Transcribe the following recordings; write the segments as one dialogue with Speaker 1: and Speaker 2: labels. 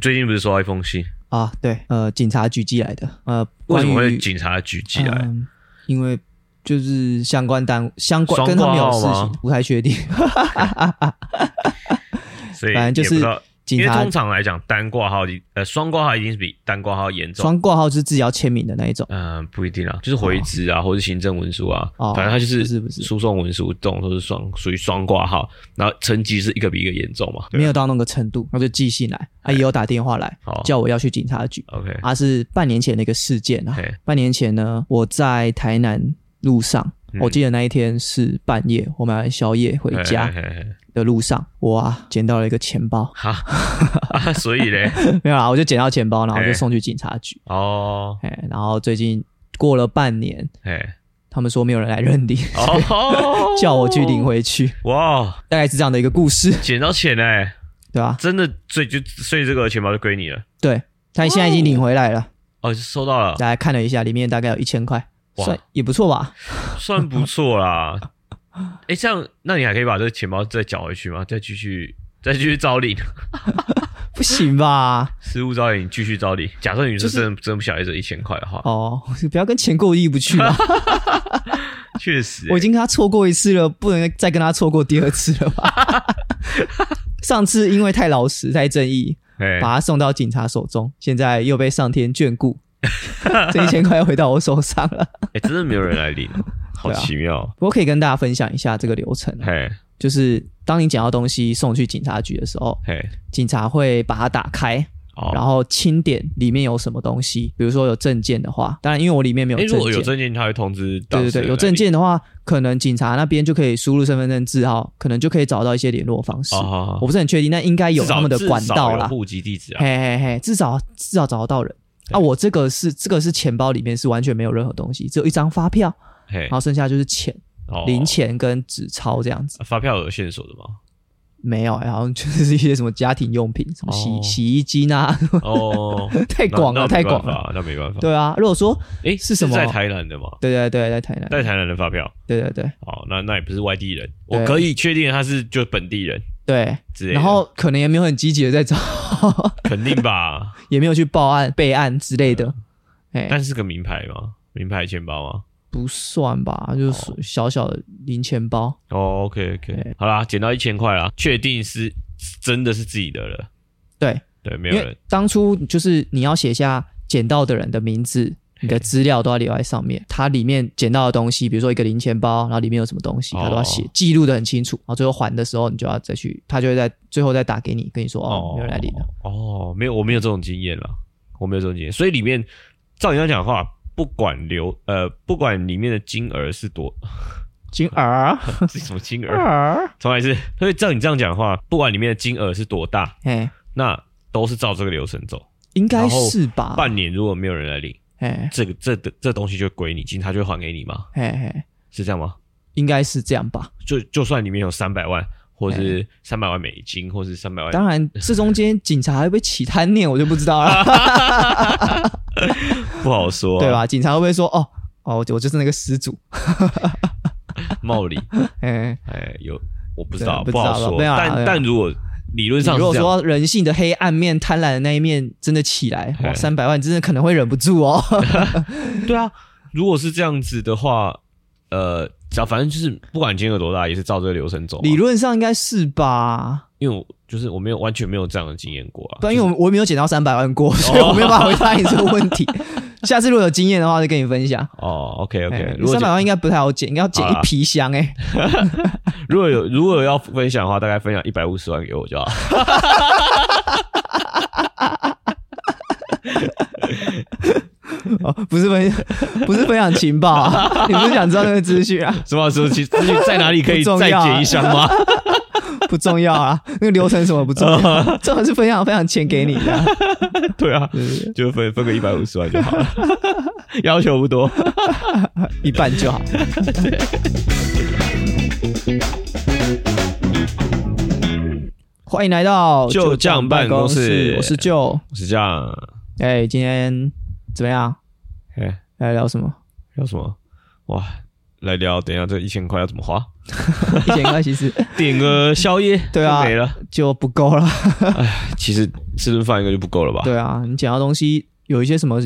Speaker 1: 最近不是收到一封信，
Speaker 2: 啊，对，呃，警察局寄来的，呃，
Speaker 1: 为什么
Speaker 2: 关于
Speaker 1: 会警察局寄来？
Speaker 2: 嗯因为就是相关单相关
Speaker 1: 双
Speaker 2: 跟他们有事
Speaker 1: 挂号吗
Speaker 2: 情，不太 确定。
Speaker 1: 所以
Speaker 2: 反正就
Speaker 1: 也不知
Speaker 2: 是
Speaker 1: 道
Speaker 2: 警
Speaker 1: 因为
Speaker 2: 察
Speaker 1: 通常来讲，单挂号一呃双挂号一定是比单挂号严重。
Speaker 2: 双挂号是自己要签名的那一种，
Speaker 1: 嗯、不一定啊，就是回执啊，或是行政文书啊，
Speaker 2: 哦
Speaker 1: 反正它就
Speaker 2: 不是不是
Speaker 1: 输送文书这种都是双属于双挂号，然后成绩是一个比一个严重嘛。对
Speaker 2: 没有到那个程度，那就寄信来，啊，也有打电话来
Speaker 1: 好
Speaker 2: 叫我要去警察局，
Speaker 1: ，OK，
Speaker 2: 啊，是半年前的一个事件啊
Speaker 1: 嘿。
Speaker 2: 半年前呢，我在台南路上，
Speaker 1: 嗯
Speaker 2: 我记得那一天是半夜，我买完宵夜回家
Speaker 1: 嘿嘿嘿嘿
Speaker 2: 的路上，我啊捡到了一个钱包，
Speaker 1: 哈啊，所以嘞，
Speaker 2: 没有啦，我就捡到钱包，然后就
Speaker 1: 嘿
Speaker 2: 送去警察局。
Speaker 1: 哦，
Speaker 2: 哎，然后最近过了半年，
Speaker 1: 哎，
Speaker 2: 他们说没有人来认领，，
Speaker 1: 哦
Speaker 2: 叫我去领，回去，
Speaker 1: 哇，
Speaker 2: 大概是这样的一个故事，
Speaker 1: 捡到钱嘞，
Speaker 2: 对吧、
Speaker 1: 真的，所以就所以这个钱包就归你了，
Speaker 2: 对，他现在已经领回来了，
Speaker 1: 哦，收到 了，
Speaker 2: 大家看了一下，里面大概有一千块，
Speaker 1: 哇
Speaker 2: 算也不错吧？
Speaker 1: 算不错啦。哎，这样，那你还可以把这个钱包再缴回去吗？再继续，再继续招领，
Speaker 2: 不行吧？
Speaker 1: 失物招领，继续招领。假设你是真的真不小意这一千块的话，
Speaker 2: 哦， 不要跟钱过意不 去了，
Speaker 1: 确实欸，
Speaker 2: 我已经跟他错过一次了，不能再跟他错过第二次了吧？ 上次因为太老实、太正义，
Speaker 1: 哎
Speaker 2: 把他送到警察手中，现在又被上天 眷顾，这一千块又回到我手上了。
Speaker 1: 哎，真的没有人来 领，好
Speaker 2: 对啊
Speaker 1: 奇妙，哦
Speaker 2: 不过可以跟大家分享一下这个流程啊、
Speaker 1: 嘿，
Speaker 2: 就是当你捡到东西送去警察局的时候，
Speaker 1: 嘿，
Speaker 2: 警察会把它打开，然
Speaker 1: 哦。
Speaker 2: 后清点里面有什么东西，比如说有证件的话，当然因为我里面没有
Speaker 1: 哎，
Speaker 2: 证
Speaker 1: 如果有
Speaker 2: 件。
Speaker 1: 证件，他会通知当
Speaker 2: 对
Speaker 1: 事人来领。
Speaker 2: 对对，有证件的话，可能警察那边就可以输入身份证字号，可能就可以找到一些联络方式。
Speaker 1: 哦好好
Speaker 2: 我不是很确定，但应该有
Speaker 1: 至少
Speaker 2: 他们的管道
Speaker 1: 至少有
Speaker 2: 啦。
Speaker 1: 户籍地址啊。
Speaker 2: 嘿嘿嘿，至少至少找得到人。啊，我这个是这个是钱包里面是完全没有任何东西，只有一张发票，
Speaker 1: 嘿
Speaker 2: 然，后剩下就是钱、
Speaker 1: 哦啊
Speaker 2: 零钱跟纸钞这样子。
Speaker 1: 发票有线索的吗？
Speaker 2: 没有，然后就是一些什么家庭用品，什么洗、
Speaker 1: 哦
Speaker 2: 洗衣机呐，
Speaker 1: 哦，
Speaker 2: 太广了，
Speaker 1: 那
Speaker 2: 太广了。，
Speaker 1: 那没办法那没办法。
Speaker 2: 对啊，如果说
Speaker 1: 诶，哎，
Speaker 2: 是什么
Speaker 1: 在台南的吗？
Speaker 2: 对对对，在台南，
Speaker 1: 在台南的发票。
Speaker 2: 对对对
Speaker 1: 好，哦那那也不是外地人，
Speaker 2: 对
Speaker 1: 我可以确定他是就本地人
Speaker 2: 对，
Speaker 1: 之类的。
Speaker 2: 然后可能也没有很积极的在找，
Speaker 1: 肯定吧，
Speaker 2: 也没有去报案、备案之类的，哎、
Speaker 1: 啊但是个名牌嘛，名牌钱包啊嘛。
Speaker 2: 不算吧，就是小小的零钱包。
Speaker 1: 哦，OK OK，好啦，捡到一千块啦，确定是真的是自己的了。
Speaker 2: 对，
Speaker 1: 对，没
Speaker 2: 因
Speaker 1: 有
Speaker 2: 为
Speaker 1: 人。
Speaker 2: 当初就是你要写下捡到的人的名字。你的资料都要留在上面，它里面捡到的东西，比如说一个零钱包，然后里面有什么东西，它都要写
Speaker 1: 哦
Speaker 2: 记录的很清楚。然后最后还的时候，你就要再去，他就会在最后再打给你，跟你说哦，没有人来领了。
Speaker 1: 哦，没有，我没有这种经验啦，我没有这种经验。所以里面，照你这样讲的话，不管留呃，不管里面的金额是多，
Speaker 2: 金儿
Speaker 1: 是什么金 额，
Speaker 2: 儿，
Speaker 1: 重来一次。所以照你这样讲的话，不管里面的金额是多大，
Speaker 2: 哎，
Speaker 1: 那都是照这个流程走。
Speaker 2: 应该是吧？
Speaker 1: 半年如果没有人来领，
Speaker 2: 哎
Speaker 1: 这个这的这东西就归你，警察就会还给你吗？
Speaker 2: 哎哎，
Speaker 1: 是这样吗？
Speaker 2: 应该是这样吧。
Speaker 1: 就就算里面有三百万，或是三百万美金，或是三百万，
Speaker 2: 哎当然，这中间警察会不会起贪念，我就不知道了，
Speaker 1: 不好说、啊
Speaker 2: 对？吧？警察会不会说哦哦，我就是那个失主？
Speaker 1: 冒 领，
Speaker 2: 哎，
Speaker 1: 哎，有我不知道，
Speaker 2: 对不知道
Speaker 1: 好说。
Speaker 2: 没有啦没
Speaker 1: 但
Speaker 2: 有
Speaker 1: 但如果理论
Speaker 2: 你
Speaker 1: 上
Speaker 2: 如
Speaker 1: 是
Speaker 2: 果
Speaker 1: 这样
Speaker 2: 说人性的黑暗面、贪婪的那一面真的起来，哇，
Speaker 1: 哎
Speaker 2: 三百万真的可能会忍不住 哦。
Speaker 1: 对啊，如果是这样子的话，呃，只要反正就是不管金额多大，也是照这个流程走、啊。
Speaker 2: 理论上应该是吧？
Speaker 1: 因为我就是我没有完全没有这样的经验过啊。
Speaker 2: 不然因为我我没有捡到三百万过，
Speaker 1: 哦
Speaker 2: 所以我没有办法回答你这个问题。 下次如果有经验的话，再跟你分享。
Speaker 1: 哦，OK OK，、
Speaker 2: 哎
Speaker 1: 如果
Speaker 2: 三百万应该不太好捡，应该要捡一
Speaker 1: 好啦
Speaker 2: 皮箱哎、
Speaker 1: 如果有如果要分享的话，大概分享一百五十万给我就好。
Speaker 2: 哦，不是分， 不是分享情 报啊，你不是想知道那个资讯啊？
Speaker 1: 什么时候去去在哪里可以
Speaker 2: 不重
Speaker 1: 再
Speaker 2: 要啊
Speaker 1: 解一箱吗？
Speaker 2: 不重要啊，那个流程什么不重要，重要是分享分享钱给你的。
Speaker 1: 对 啊，就分分个一百五十万就好了，要求不多。
Speaker 2: 一半就好。 欢迎来到
Speaker 1: 就这样办公室
Speaker 2: 室， 我是舅。
Speaker 1: 是这样，
Speaker 2: 哎、今天怎么样？
Speaker 1: 哎，
Speaker 2: 来聊什么？
Speaker 1: 要什么？哇，来聊，等一下这一千块要怎么 花？
Speaker 2: 一千块其实
Speaker 1: 点个宵夜，
Speaker 2: 对啊
Speaker 1: 就没了。
Speaker 2: 就不够 了。
Speaker 1: 其实吃顿饭应该就不够了吧？。
Speaker 2: 对啊，你捡到东西有一些什么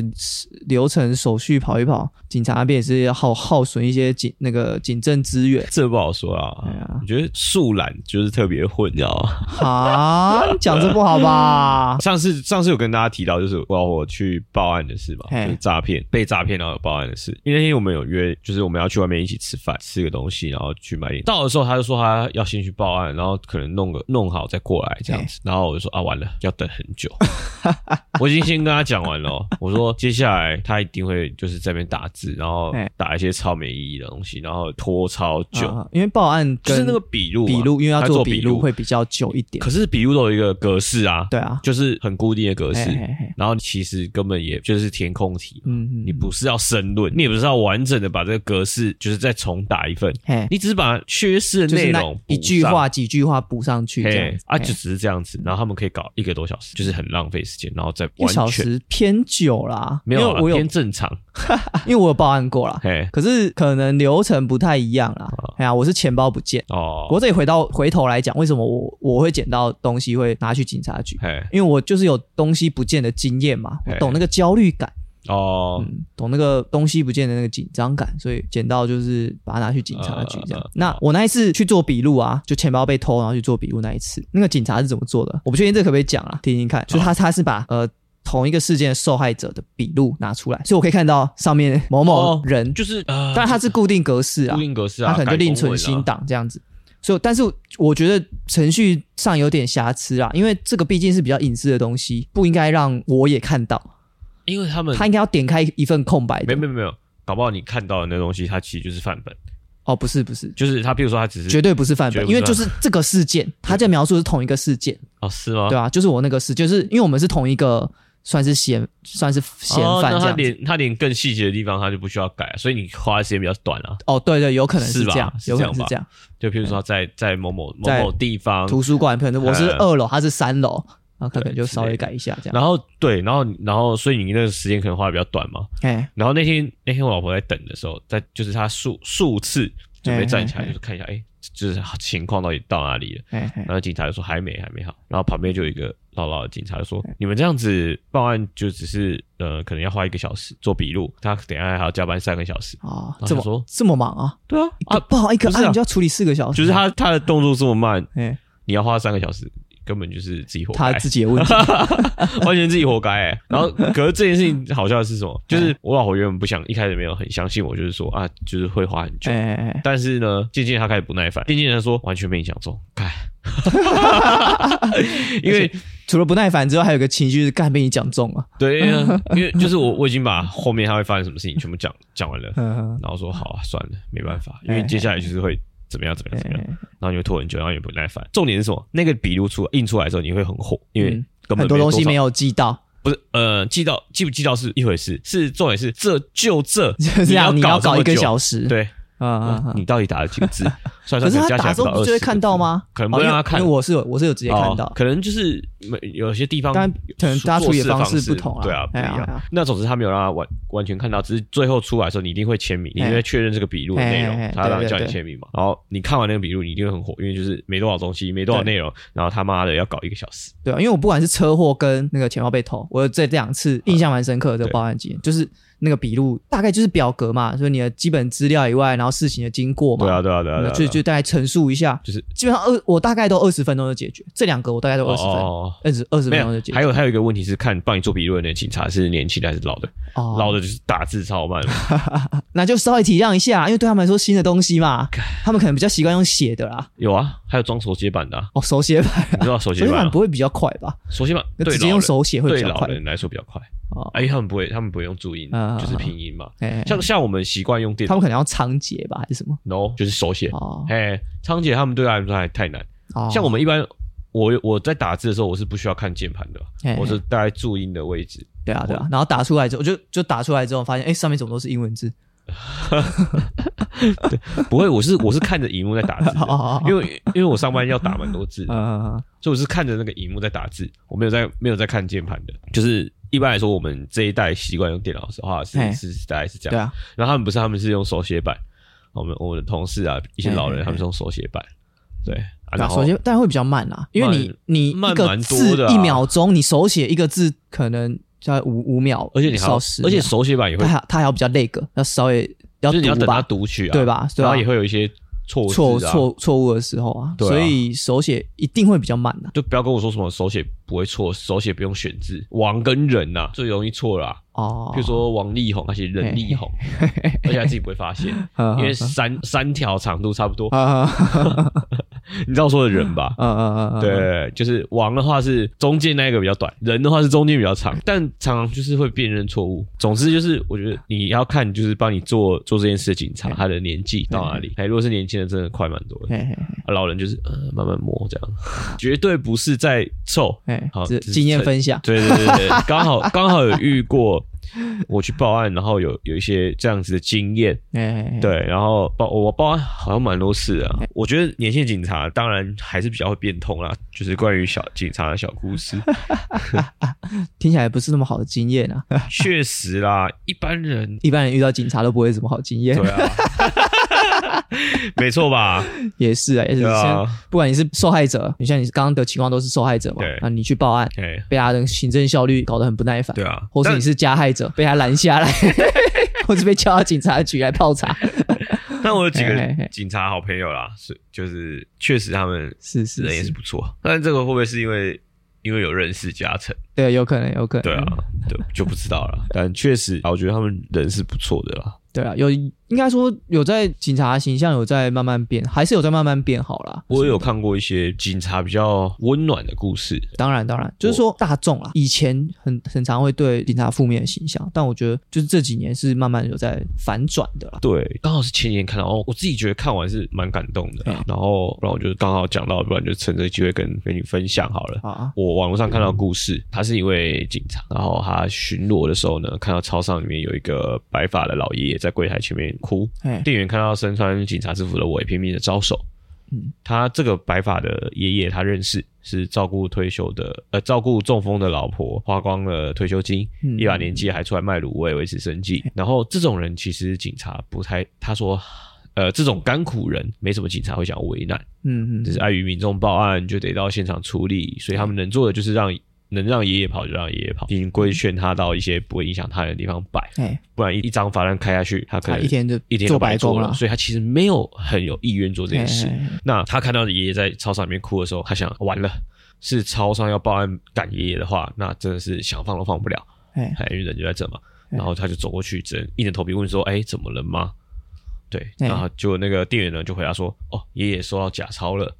Speaker 2: 流程手续跑一跑，警察那边也是要耗耗损一些警那个警政资源
Speaker 1: 这不好说啊。
Speaker 2: 对啊
Speaker 1: 我觉得素懒就是特别混，你知道吗？
Speaker 2: 啊，你讲这不好 吧？
Speaker 1: 上次上次有跟大家提到，就是我我去报案的事嘛，
Speaker 2: 嘿
Speaker 1: 就是诈骗被诈骗然后有报案的事。因为那天我们有约，就是我们要去外面一起吃饭，吃个东西，然后去买点。到的时候他就说他要先去报案，然后可能弄个弄好再过来这样子。然后我就说啊，完了要等很久。 我已经先跟他讲完了哦，我说接下来他一定会就是在那边打字，然后
Speaker 2: 嘿
Speaker 1: 打一些超没意义的东西，然后拖超久。
Speaker 2: 啊因为报案
Speaker 1: 就
Speaker 2: 跟
Speaker 1: 是那个笔录嘛，啊
Speaker 2: 笔录，因为要
Speaker 1: 他
Speaker 2: 做
Speaker 1: 做
Speaker 2: 笔录会比较久一点
Speaker 1: 可。是笔录都有一个格式啊，
Speaker 2: 对啊，
Speaker 1: 就是很固定的格式。
Speaker 2: 嘿嘿嘿
Speaker 1: 然后其实根本也就是填空题，
Speaker 2: 嗯，嗯
Speaker 1: 你不是要申论，你也不是要完整的把这个格式就是再重打一份，
Speaker 2: 嘿，
Speaker 1: 你只是把缺失的
Speaker 2: 就
Speaker 1: 内
Speaker 2: 是那
Speaker 1: 容
Speaker 2: 一
Speaker 1: 补
Speaker 2: 句
Speaker 1: 上。
Speaker 2: 话几句话补上去这样
Speaker 1: 嘿
Speaker 2: 子，
Speaker 1: 啊，
Speaker 2: 嘿
Speaker 1: 就只是这样子，然后他们可以搞一个多小时，就是很浪费时间，然后再
Speaker 2: 一
Speaker 1: 完
Speaker 2: 小
Speaker 1: 全
Speaker 2: 时偏久啦，
Speaker 1: 没
Speaker 2: 因
Speaker 1: 有
Speaker 2: 为
Speaker 1: 啦
Speaker 2: 我有
Speaker 1: 偏正常，
Speaker 2: 因为我有报案过啦，
Speaker 1: 嘿，
Speaker 2: 可是可能流程不太一样啦。
Speaker 1: 啊
Speaker 2: 哎呀，我是钱包不见。
Speaker 1: 哦，
Speaker 2: 我这里回到回头来讲，为什么我我会捡到东西会拿去警察局？
Speaker 1: 嘿，
Speaker 2: 因为我就是有东西不见的经验嘛，我
Speaker 1: 嘿
Speaker 2: 懂那个焦虑感，
Speaker 1: 哦，
Speaker 2: 嗯，懂那个东西不见的那个紧张感，所以捡到就是把它拿去警察局这
Speaker 1: 呃呃
Speaker 2: 样
Speaker 1: 呃。
Speaker 2: 那我那一次去做笔录啊，就钱包被偷，然后去做笔录那一次，那个警察是怎么做的？我不确定这可不可以讲啊，听听看。就是他他是把呃。同一个事件的受害者的笔录拿出来，所以我可以看到上面某某
Speaker 1: 哦
Speaker 2: 人，
Speaker 1: 就是呃，
Speaker 2: 嗯但他是固定格式啊，
Speaker 1: 固定格式啊，
Speaker 2: 他可能
Speaker 1: 改
Speaker 2: 就另
Speaker 1: 公
Speaker 2: 存
Speaker 1: 文啊
Speaker 2: 新档这样子。所以，但是我觉得程序上有点瑕疵啊啦，因为这个毕竟是比较隐私的东西，不应该让我也看到。
Speaker 1: 因为他们
Speaker 2: 他应该要点开一份空白
Speaker 1: 没
Speaker 2: 的。
Speaker 1: 有没有没有，搞不好你看到的那东西，它其实就是范本，
Speaker 2: 哦，不是不是，
Speaker 1: 就是它，比如说它只是
Speaker 2: 绝对不是范
Speaker 1: 绝对
Speaker 2: 本，
Speaker 1: 不
Speaker 2: 因
Speaker 1: 是
Speaker 2: 为就是这个事件，他在描述是同一个事件，
Speaker 1: 哦是吗？
Speaker 2: 对啊，就是我那个事，就是因为我们是同一个，算是嫌算是嫌
Speaker 1: 哦，
Speaker 2: 犯
Speaker 1: 那
Speaker 2: 这
Speaker 1: 它
Speaker 2: 样子。
Speaker 1: 连它连更细节的地方，它就不需要改，啊所以你花的时间比较短啊。
Speaker 2: 哦，对对，有可能
Speaker 1: 是吧
Speaker 2: 这样，
Speaker 1: 是
Speaker 2: 有可
Speaker 1: 这样
Speaker 2: 能是
Speaker 1: 吧嗯
Speaker 2: 这样。
Speaker 1: 就譬如说在在某某某
Speaker 2: 在
Speaker 1: 某地方，
Speaker 2: 图书馆可能我是
Speaker 1: 呃
Speaker 2: 二楼，他是三楼，然后可能就稍
Speaker 1: 之
Speaker 2: 微
Speaker 1: 类
Speaker 2: 改一下这样。
Speaker 1: 然后对，然后然后所以你那个时间可能花的比较短嘛。
Speaker 2: 哎，
Speaker 1: 然后那天那天我老婆在等的时候，在就是她数数次准备站起来，
Speaker 2: 哎哎哎
Speaker 1: 就是看一下，哎，就是情况到底到哪里了。
Speaker 2: 哎哎
Speaker 1: 然后警察就说还没还没好，然后旁边就有一个老老的警察就说
Speaker 2: 哎
Speaker 1: 你们这样子报案就只是呃可能要花一个小时做笔录，他等一下还要加班三个小时。
Speaker 2: 哦，
Speaker 1: 然后
Speaker 2: 这
Speaker 1: 他
Speaker 2: 么
Speaker 1: 说
Speaker 2: 这么忙啊？
Speaker 1: 对啊
Speaker 2: 啊，
Speaker 1: 啊，
Speaker 2: 不好，一个
Speaker 1: 不是
Speaker 2: 案
Speaker 1: 啊
Speaker 2: 你就要处理四个小时，
Speaker 1: 就是，他哦他的动作这么慢，
Speaker 2: 哎，
Speaker 1: 你要花三个小时，根本就是自己活
Speaker 2: 他
Speaker 1: 该，
Speaker 2: 自己的问
Speaker 1: 哎
Speaker 2: 题，
Speaker 1: 完全自己活该、 欸。然后可是这件事情好笑的是什么？
Speaker 2: 哎
Speaker 1: 就是我老婆原本不想，一开始没有很相信我，就是说啊，就是会花很久。
Speaker 2: 哎哎哎，
Speaker 1: 但是呢，渐渐她开始不耐烦，渐渐她说完全被你讲 中，该，因为
Speaker 2: 除了不耐烦之外，还有个情绪是干被你讲中了，
Speaker 1: 对，因为因为就是我我已经把后面他会发生什么事情全部讲讲 完了，
Speaker 2: 嗯，
Speaker 1: 然后说好啊，算了，没办法，因为接下来就是会怎么样怎么样怎么样，
Speaker 2: 哎
Speaker 1: 然后你会拖很久，然后也不耐烦。重点是什么？那个笔录出来印出来的时候，你会很火，因为
Speaker 2: 嗯
Speaker 1: 根本
Speaker 2: 很多东西没
Speaker 1: 有
Speaker 2: 有记到，
Speaker 1: 多少，不是呃，记到记不记到是一回事，是重点是这就这，
Speaker 2: 就是这样，你要搞一个
Speaker 1: 时，
Speaker 2: 小时，
Speaker 1: 对，
Speaker 2: 啊啊啊！
Speaker 1: 你到底打了几个字？算
Speaker 2: 可
Speaker 1: 算
Speaker 2: 是
Speaker 1: 加
Speaker 2: 他
Speaker 1: 起
Speaker 2: 打
Speaker 1: 来
Speaker 2: 的时候
Speaker 1: 到
Speaker 2: 不就会看到吗？
Speaker 1: 可能
Speaker 2: 哦
Speaker 1: 不会
Speaker 2: 因为
Speaker 1: 让他看
Speaker 2: 因为我是有我是有直接看
Speaker 1: 哦
Speaker 2: 到，
Speaker 1: 可能就是没有些地方，
Speaker 2: 当然可能大家处理的
Speaker 1: 方
Speaker 2: 方式不同啊
Speaker 1: 对啊，不一
Speaker 2: 哎呀哎
Speaker 1: 样
Speaker 2: 呀。
Speaker 1: 那总之他没有让他完完全看到，只是最后出来的时候，你一定会签名，你一定会确认这个笔录的内
Speaker 2: 哎哎哎
Speaker 1: 容，他让你叫你签名嘛。然后你看完那个笔录，你一定会很火，因为就是没多少东西，没多少内容，然后他妈的要搞一个小时，
Speaker 2: 对啊，因为我不管是车祸跟那个钱包被偷，我有这两次印象蛮深刻的这个
Speaker 1: 嗯对
Speaker 2: 报案经验，就是那个笔录大概就是表格嘛，就是你的基本资料以外，然后事情的经过嘛，
Speaker 1: 对啊，对啊，对啊，对
Speaker 2: 那
Speaker 1: 啊
Speaker 2: 就
Speaker 1: 对啊
Speaker 2: 就大概陈述一下，
Speaker 1: 就是
Speaker 2: 基本上二我大概都二十分钟就解决，这两个我大概都
Speaker 1: 哦
Speaker 2: 二十分，
Speaker 1: 哦，哦
Speaker 2: 二十二十
Speaker 1: 没
Speaker 2: 分钟就解
Speaker 1: 有，
Speaker 2: 决
Speaker 1: 还。有还有一个问题是看帮你做笔录的那个警察是年轻的还是老的，
Speaker 2: 哦
Speaker 1: 老的就是打字超 慢嘛，
Speaker 2: 那就稍微体谅一下，因为对他们来说新的东西嘛，他们可能比较习惯用写的啦。
Speaker 1: 有啊，还有装手写版的 啊，
Speaker 2: 哦，手写版，
Speaker 1: 你知道手
Speaker 2: 手
Speaker 1: 写
Speaker 2: 写
Speaker 1: 版
Speaker 2: 版
Speaker 1: 啊
Speaker 2: 不会比较快吧？
Speaker 1: 手写版
Speaker 2: 那
Speaker 1: 对
Speaker 2: 直接
Speaker 1: 老
Speaker 2: 用
Speaker 1: 人
Speaker 2: 手写会比
Speaker 1: 对
Speaker 2: 较
Speaker 1: 老
Speaker 2: 快。
Speaker 1: 人来说比较快。
Speaker 2: 哦，
Speaker 1: 哎，他们不会，他们不会用注音
Speaker 2: 嗯，
Speaker 1: 就是拼音嘛。
Speaker 2: 哎，
Speaker 1: 像像我们习惯用电
Speaker 2: 他
Speaker 1: 脑
Speaker 2: 们可能要仓颉吧，还是什么？
Speaker 1: ，no，就是手写。
Speaker 2: 哦，
Speaker 1: 哎，仓颉他们对他来说还太难。
Speaker 2: 哦
Speaker 1: 像我们一般，我我在打字的时候，我是不需要看键盘的
Speaker 2: 哎，
Speaker 1: 我是大概注音的位置。
Speaker 2: 对啊对啊，然后打出来之后，我就就打出来之后发现，哎，上面怎么都是英文字？
Speaker 1: 不会，我是我是看着荧幕在打字
Speaker 2: 哦哦哦
Speaker 1: 的，因为因为我上班要打蛮多字 的，
Speaker 2: 嗯，
Speaker 1: 所以我是看着那个荧幕在打字，我没有在没有在看键盘的。就是一般来说，我们这一代习惯用电脑的话，
Speaker 2: 哎
Speaker 1: 是是大概是这样
Speaker 2: 对。啊，
Speaker 1: 然后他们不是，他们是用手写板。我们我的同事啊，一些老人
Speaker 2: 哎
Speaker 1: 他们是用手写板，对，啊、然
Speaker 2: 那
Speaker 1: 后
Speaker 2: 首先，但会比较慢啦，因为你你
Speaker 1: 慢
Speaker 2: 一个
Speaker 1: 蛮多
Speaker 2: 字
Speaker 1: 的啊
Speaker 2: 一秒钟，你手写一个字可能要五五秒，
Speaker 1: 而且你还要
Speaker 2: 少十秒，
Speaker 1: 而且手写板也会
Speaker 2: 啊它，还它还要比较那个，要稍微要
Speaker 1: 就是你要
Speaker 2: 读
Speaker 1: 等它
Speaker 2: 吧，
Speaker 1: 读取啊，
Speaker 2: 对吧？对
Speaker 1: 然
Speaker 2: 吧
Speaker 1: 后？也会有一些错误
Speaker 2: 错
Speaker 1: 字啊
Speaker 2: 错错误的时候啊，
Speaker 1: 对啊
Speaker 2: 所以手写一定会比较慢的、
Speaker 1: 就不要跟我说什么手写不会错，手写不用选字，王跟人呐、最容易错啦、
Speaker 2: 哦。
Speaker 1: 譬如，说王力宏，他写人力宏，而且他自己不会发现，
Speaker 2: 嗯
Speaker 1: 因为三三条长度差不多，
Speaker 2: 啊，
Speaker 1: 你知道我说的人吧？
Speaker 2: 嗯嗯嗯，
Speaker 1: 对，就是王的话是中间那一个比较短，人的话是中间比较长，但常常就是会辨认错误。总之就是，我觉得你要看就是帮你做做这件事的警察，
Speaker 2: 嗯
Speaker 1: 他的年纪到哪里？哎，如果是年轻人，真的快蛮多的。
Speaker 2: 嘿嘿
Speaker 1: 啊老人就是呃慢慢摸这样，绝对不是在 凑。
Speaker 2: 嘿，
Speaker 1: 好
Speaker 2: 这
Speaker 1: 这是
Speaker 2: 经验分享，
Speaker 1: 对对对 对，对刚好刚好有遇过，我去报案，然后有有一些这样子的经验，
Speaker 2: 哎，
Speaker 1: 对，然后报我报案好像蛮多次啊。我觉得年轻警察当然还是比较会变通啦，就是关于小警察的小故 事，
Speaker 2: 听起来不是那么好的经验 啊，
Speaker 1: 确实啦，一般人
Speaker 2: 一般人遇到警察都不会有什么好经验
Speaker 1: 对，啊，没错吧？
Speaker 2: 也是啊，也是。
Speaker 1: 对啊
Speaker 2: 现在不管你是受害者，你像你刚刚的情况都是受害者嘛
Speaker 1: 对，
Speaker 2: 那你去报案，
Speaker 1: 哎，
Speaker 2: 被他的行政效率搞得很不耐烦，
Speaker 1: 对啊，
Speaker 2: 或是
Speaker 1: 但
Speaker 2: 你是加害者，被他拦 下来， 或是被叫到警察局来泡茶，
Speaker 1: 但我有几
Speaker 2: 嘿嘿
Speaker 1: 个
Speaker 2: 嘿
Speaker 1: 警察好朋友啦，是就是确实他们
Speaker 2: 是是
Speaker 1: 人也是
Speaker 2: 是，
Speaker 1: 不错，但这个会不会是因为因为有认识加成？
Speaker 2: 对，有可能，有可能，
Speaker 1: 对啊，
Speaker 2: 嗯
Speaker 1: 对，就不知道了。但确实，啊我觉得他们人是不错的啦。
Speaker 2: 对啊，有应该说有在警察形象有在慢慢变，还是有在慢慢变好啦。
Speaker 1: 我也有看过一些警察比较温暖的故事，
Speaker 2: 当然，当然，就是说大众啦，以前很很常会对警察负面的形象，但我觉得就是这几年是慢慢有在反转的啦。
Speaker 1: 对，刚好是前年看到，哦，我自己觉得看完是蛮感动的啊。然后，不然我就刚好讲到，不然就趁这个机会跟跟你分享好了。
Speaker 2: 好啊，
Speaker 1: 我网络上看到故事，他是一位警察，然后他巡逻的时候呢，看到超商里面有一个白发的老爷爷在柜台前面哭，
Speaker 2: 哎，
Speaker 1: 店员看到身穿警察制服的我，也拼命的招手。
Speaker 2: 嗯
Speaker 1: 他这个白发的爷爷，他认识是照顾退休的，呃，照顾中风的老婆，花光了退休金，
Speaker 2: 嗯
Speaker 1: 一把年纪还出来卖卤味维持生计。然后这种人其实警察不太，他说，呃，这种甘苦人没什么警察会想为难，
Speaker 2: 嗯嗯
Speaker 1: 只，是碍于民众报案就得到现场处理，所以他们能做的就是让能让爷爷跑就让爷爷跑，并规劝他到一些不会影响他人的地方摆，
Speaker 2: 哎，
Speaker 1: 不然一一张罚单开下去，他可
Speaker 2: 他
Speaker 1: 能
Speaker 2: 一天就
Speaker 1: 一天
Speaker 2: 做
Speaker 1: 就白
Speaker 2: 白
Speaker 1: 做
Speaker 2: 工
Speaker 1: 了，
Speaker 2: 了，
Speaker 1: 所以他其实没有很有意愿做这件事。
Speaker 2: 哎哎哎
Speaker 1: 那他看到爷爷在超场里面哭的时候，他想完了，是超商要报案赶爷爷的话，那真的是想放都放不了，
Speaker 2: 哎，
Speaker 1: 哎因为人就在这嘛。然后他就走过去，只能硬着头皮问说：“哎，怎么了吗？”对，
Speaker 2: 哎
Speaker 1: 然后就那个店员呢就回答说：“哦，爷爷收到假钞了，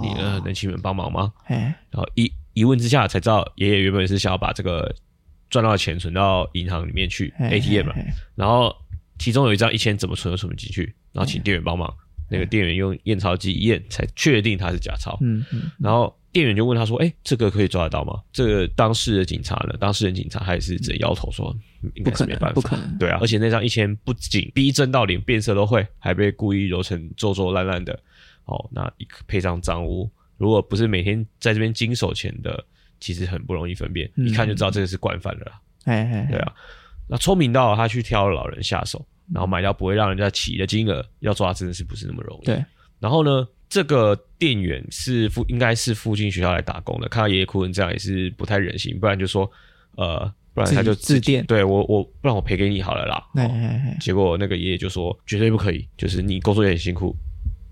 Speaker 1: 你呃
Speaker 2: 哦
Speaker 1: 能请你们帮忙吗
Speaker 2: 哎，？”
Speaker 1: 然后一一问之下才知道，爷爷原本是想要把这个赚到的钱存到银行里面去
Speaker 2: 哎
Speaker 1: ATM 嘛，
Speaker 2: 哎哎
Speaker 1: 然后其中有一张一千怎么存都存不进去，然后请店员帮
Speaker 2: 嗯
Speaker 1: 忙。那个店员用验钞机一验，才确定它是假钞。
Speaker 2: 嗯嗯，
Speaker 1: 然后店员就问他说：“哎、这个可以抓得到吗？”这个当事的警察呢？当事人警察还是只能摇头说：“应
Speaker 2: 嗯不
Speaker 1: 该是
Speaker 2: 可
Speaker 1: 没
Speaker 2: 能
Speaker 1: 办，
Speaker 2: 不
Speaker 1: 法。
Speaker 2: 可”能，
Speaker 1: 对啊，而且那张一千不仅逼真到连变色都会，还被故意揉成皱皱烂烂的。哦，那一配上脏污，如果不是每天在这边经手钱的，其实很不容易分辨，
Speaker 2: 嗯
Speaker 1: 一看就知道这个是惯犯了啦。
Speaker 2: 哎哎，
Speaker 1: 对啊，那聪明到他去挑老人下手，
Speaker 2: 嗯
Speaker 1: 然后买到不会让人家起疑的金额，要抓真的是不是那么容易。
Speaker 2: 对，
Speaker 1: 然后呢，这个店员是附应该是附近学校来打工的，看到爷爷哭成这样也是不太忍心，不然就说呃，不然他就
Speaker 2: 自己自垫
Speaker 1: 对我我不然我赔给你好了啦。
Speaker 2: 哎哎哎，
Speaker 1: 结果那个爷爷就说绝对不可以，就是你工作也很辛苦，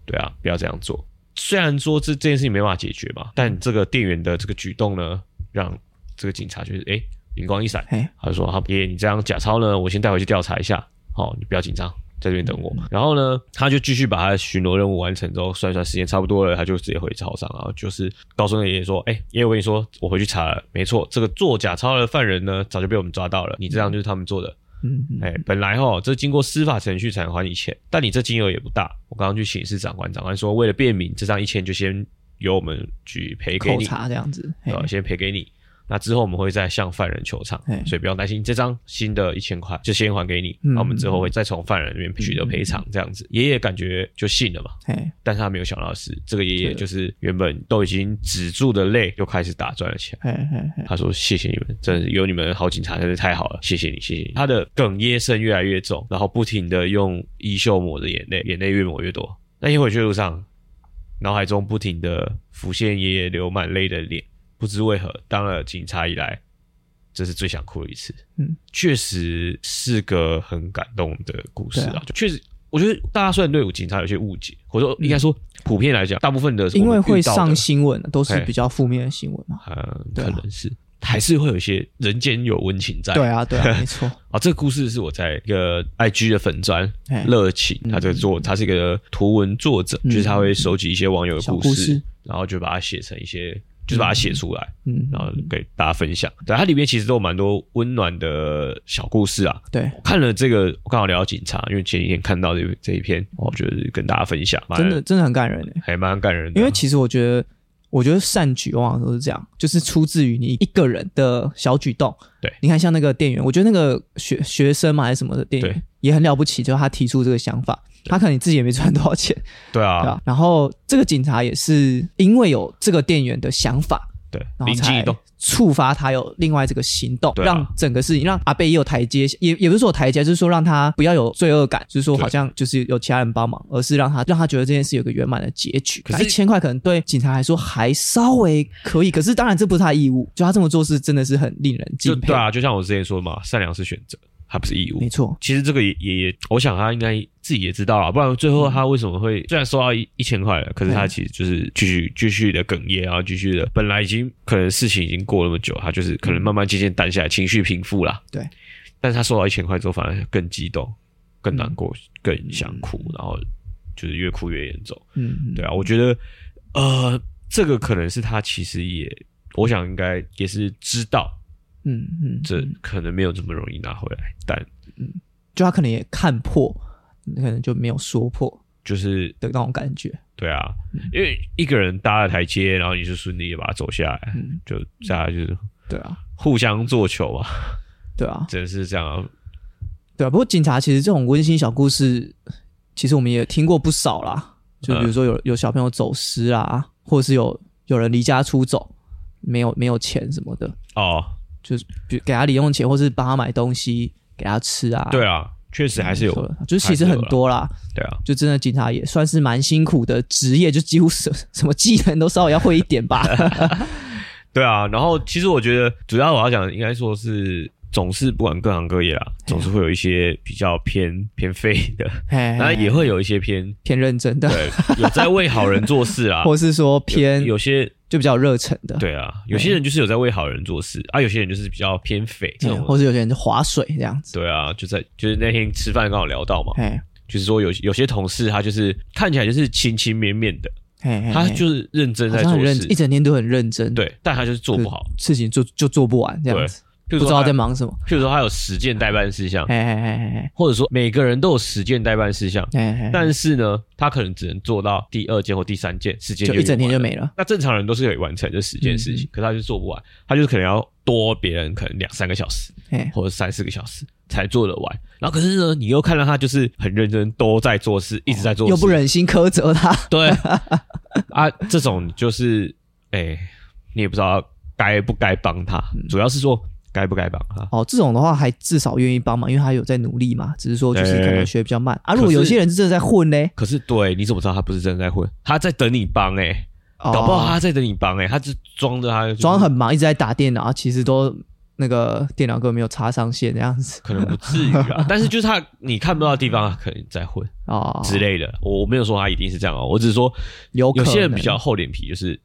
Speaker 1: 对啊，不要这样做。虽然说这这件事情没办法解决嘛，但这个店员的这个举动呢，让这个警察就是哎灵光一闪，
Speaker 2: 哎
Speaker 1: 他就说：“好，爷爷，你这样假钞呢，我先带回去调查一下。好、你不要紧张，在这边等我。”
Speaker 2: 嗯
Speaker 1: 然后呢，他就继续把他的巡逻任务完成之后，算一算时间差不多了，他就直接回超商，然后就是告诉那个爷爷说：“哎、爷爷，我跟你说，我回去查了，没错，这个做假钞的犯人呢，早就被我们抓到了。你这样就是他们做的。
Speaker 2: 嗯嗯，
Speaker 1: 哎、本来哦，这经过司法程序才能还你钱，但你这金额也不大。我刚刚去请示长官，长官说为了便民，这张一千就先由我们局赔给
Speaker 2: 扣
Speaker 1: 你。”哦
Speaker 2: 查这样子，哎
Speaker 1: 呃，先赔给你。那之后我们会再向犯人求偿
Speaker 2: 嘿，
Speaker 1: 所以不用担心，这张新的一千块就先还给你，
Speaker 2: 嗯
Speaker 1: 那我们之后会再从犯人那边取得赔偿，这样子。爷爷感觉就信了嘛，
Speaker 2: 哎，
Speaker 1: 但是他没有想到的是，这个爷
Speaker 2: 对
Speaker 1: 爷就是原本都已经止住的泪又开始打转了起来。
Speaker 2: 哎哎哎，
Speaker 1: 他说：“谢谢你们，真的是有你们好警察，真是太好了，谢谢你，谢谢你。”他的哽咽声越来越重，然后不停的用衣袖抹着眼泪，眼泪越抹越多。那天回去的路上，脑海中不停的浮现爷爷流满泪的脸。不知为何，当了警察以来，这是最想哭的一次。
Speaker 2: 嗯，
Speaker 1: 确实是个很感动的故事
Speaker 2: 对
Speaker 1: 啊，就确实。我觉得大家虽然对警察有些误解，或者说应该说普遍来讲，大部分的
Speaker 2: 嗯因
Speaker 1: 我
Speaker 2: 为
Speaker 1: 们
Speaker 2: 会
Speaker 1: 遇到的
Speaker 2: 上新闻，都是
Speaker 1: 嘿
Speaker 2: 比较负面的新闻嘛。
Speaker 1: 呃，
Speaker 2: 对啊
Speaker 1: 可能是还是会有一些人间有温情在。
Speaker 2: 对啊，对啊，没错。
Speaker 1: 啊，这个故事是我在一个 IG 的粉砖
Speaker 2: 嘿
Speaker 1: 热情，他这个作他是一个图文作者，
Speaker 2: 嗯
Speaker 1: 就是他会收集一些网友的
Speaker 2: 小
Speaker 1: 故
Speaker 2: 故事
Speaker 1: 然后就把它写成一些，就是把它写出来，
Speaker 2: 嗯，
Speaker 1: 然后给大家分享。对，它里面其实都有蛮多温暖的小故事啊。
Speaker 2: 对，
Speaker 1: 我看了这个，我刚好聊到警察，因为前几天看到这这一篇，我觉得跟大家分享，蛮
Speaker 2: 真的真的很感人诶。欸
Speaker 1: 还蛮感人的。
Speaker 2: 因为其实我觉得，我觉得善举往往都是这样，就是出自于你一个人的小举动。
Speaker 1: 对
Speaker 2: 你看像那个店员，我觉得那个学学生嘛还是什么的店员
Speaker 1: 对
Speaker 2: 也很了不起，就是他提出这个想法，他可能自己也没赚多少钱，
Speaker 1: 对
Speaker 2: 对
Speaker 1: 啊，
Speaker 2: 吧？然后这个警察也是因为有这个店员的想法，
Speaker 1: 对，
Speaker 2: 然后
Speaker 1: 灵机一
Speaker 2: 才
Speaker 1: 动，
Speaker 2: 触发他有另外这个行动，
Speaker 1: 对啊
Speaker 2: 让整个事情让阿贝也有台阶，也也不是说有台阶，就是说让他不要有罪恶感，就是说
Speaker 1: 对
Speaker 2: 好像就是有其他人帮忙，而是让他让他觉得这件事有个圆满的结局。
Speaker 1: 可
Speaker 2: 那
Speaker 1: 是
Speaker 2: 一千块可能对警察来说还稍微可以，可是当然这不是他的义务，就他这么做是真的是很令人
Speaker 1: 就
Speaker 2: 敬佩。
Speaker 1: 对啊，就像我之前说的嘛，善良是选择，它不是义务
Speaker 2: 没。错，
Speaker 1: 其实这个也也，我想他应该自己也知道啊，不然最后他为什么会、虽然收到一一千块了，可是他
Speaker 2: 嗯对
Speaker 1: 其实就是继续继续的哽咽，然啊后继续的，本来已经可能事情已经过那么久，他就是可能慢慢渐渐淡下来，情绪平复啦。
Speaker 2: 嗯对，
Speaker 1: 但是他收到一千块之后，反而更激动、更
Speaker 2: 嗯
Speaker 1: 难过、更想哭，然后就是越哭越严重。
Speaker 2: 嗯，嗯
Speaker 1: 对啊，我觉得呃，这个可能是他其实也，我想应该也是知道
Speaker 2: 嗯嗯，
Speaker 1: 这可能没有这么容易拿回来，但
Speaker 2: 就他可能也看破，可能就没有说破
Speaker 1: 就是
Speaker 2: 的那种感觉。
Speaker 1: 对啊，
Speaker 2: 嗯
Speaker 1: 因为一个人搭了台阶，然后你就顺利的把它走下来，
Speaker 2: 嗯
Speaker 1: 就大家就是
Speaker 2: 对啊，
Speaker 1: 互相做球嘛，
Speaker 2: 对啊，
Speaker 1: 真的是这样啊、
Speaker 2: 对啊，不过警察其实这种温馨小故事，其实我们也听过不少啦。就
Speaker 1: 嗯
Speaker 2: 比如说有、有小朋友走失啊，或者是有有人离家出走，没有没有钱什么的，
Speaker 1: 哦，
Speaker 2: 就是比如给他零用钱，或是帮他买东西给他吃啊。
Speaker 1: 对啊，确实还是有，
Speaker 2: 说，就是其实很多啦，
Speaker 1: 对啊，
Speaker 2: 就真的警察也算是蛮辛苦的职业，就几乎什什么技能都稍微要会一 点吧。
Speaker 1: 对啊。然后其实我觉得，主要我要讲，应该说是总是不管各行各业啦，总是会有一些比较偏偏废的，
Speaker 2: 哎，
Speaker 1: 然后也会有一些偏
Speaker 2: 偏认真的，
Speaker 1: 对有在为好人做事 啊，
Speaker 2: 或是说偏
Speaker 1: 有些
Speaker 2: 就比较热忱的，
Speaker 1: 对啊，有些人就是有在为好人做事啊，有些人就是比较偏废这
Speaker 2: 哎，
Speaker 1: 种。
Speaker 2: 或是有些人就划水这样子。
Speaker 1: 对啊，就在就是那天吃饭刚好聊到嘛，
Speaker 2: 哎
Speaker 1: 就是说有有些同事他就是看起来就是勤勤勉勉的，
Speaker 2: 哎，哎
Speaker 1: 他
Speaker 2: 哎
Speaker 1: 就是认真
Speaker 2: 好
Speaker 1: 在
Speaker 2: 像
Speaker 1: 做
Speaker 2: 很认
Speaker 1: 事
Speaker 2: 真，一，整天都很认真，，
Speaker 1: 对，但他就是做不好。
Speaker 2: 事情就就做不完这样子，
Speaker 1: 譬如
Speaker 2: 不
Speaker 1: 说
Speaker 2: 知道
Speaker 1: 他
Speaker 2: 在，忙什么。
Speaker 1: 譬如说他有十件代办事项，
Speaker 2: 哎哎哎
Speaker 1: 或者说每个人都有十件代办事项，
Speaker 2: 哎哎哎，
Speaker 1: 但是呢，他可能只能做到第二件或第三件，时间
Speaker 2: 就一整天就嗯没
Speaker 1: 了。
Speaker 2: 了。
Speaker 1: 那正常人都是可以完成这十件事情，可是他就做不完，他就是可能要多别人可能两三个小时
Speaker 2: 哎，
Speaker 1: 或者三四个小时才做得完。然后可是呢，你又看到他就是很认真，都在做事，一直在做事，
Speaker 2: 哦又不忍心苛责他。
Speaker 1: 对啊，这种就是哎、你也不知道该不该帮他，
Speaker 2: 嗯
Speaker 1: 主要是说该不该帮他。
Speaker 2: 哦，这种的话还至少愿意帮忙，因为他有在努力嘛，只是说就是可
Speaker 1: 哎
Speaker 2: 能学比较慢啊。如果有些人是真的在混呢，
Speaker 1: 可是对，你怎么知道他不是真的在混？他在等你帮哎、
Speaker 2: 哦
Speaker 1: 搞不好他在等你帮哎、他就装着他
Speaker 2: 装很忙，一直在打电脑，啊其实都那个电脑根本没有插上线这样子
Speaker 1: 可能不至于啊，但是就是他你看不到的地方，他可能在混
Speaker 2: 哦，
Speaker 1: 之类的。我我没有说他一定是这样哦，我只是说
Speaker 2: 有可
Speaker 1: 有
Speaker 2: 能
Speaker 1: 些人比较厚脸皮，就是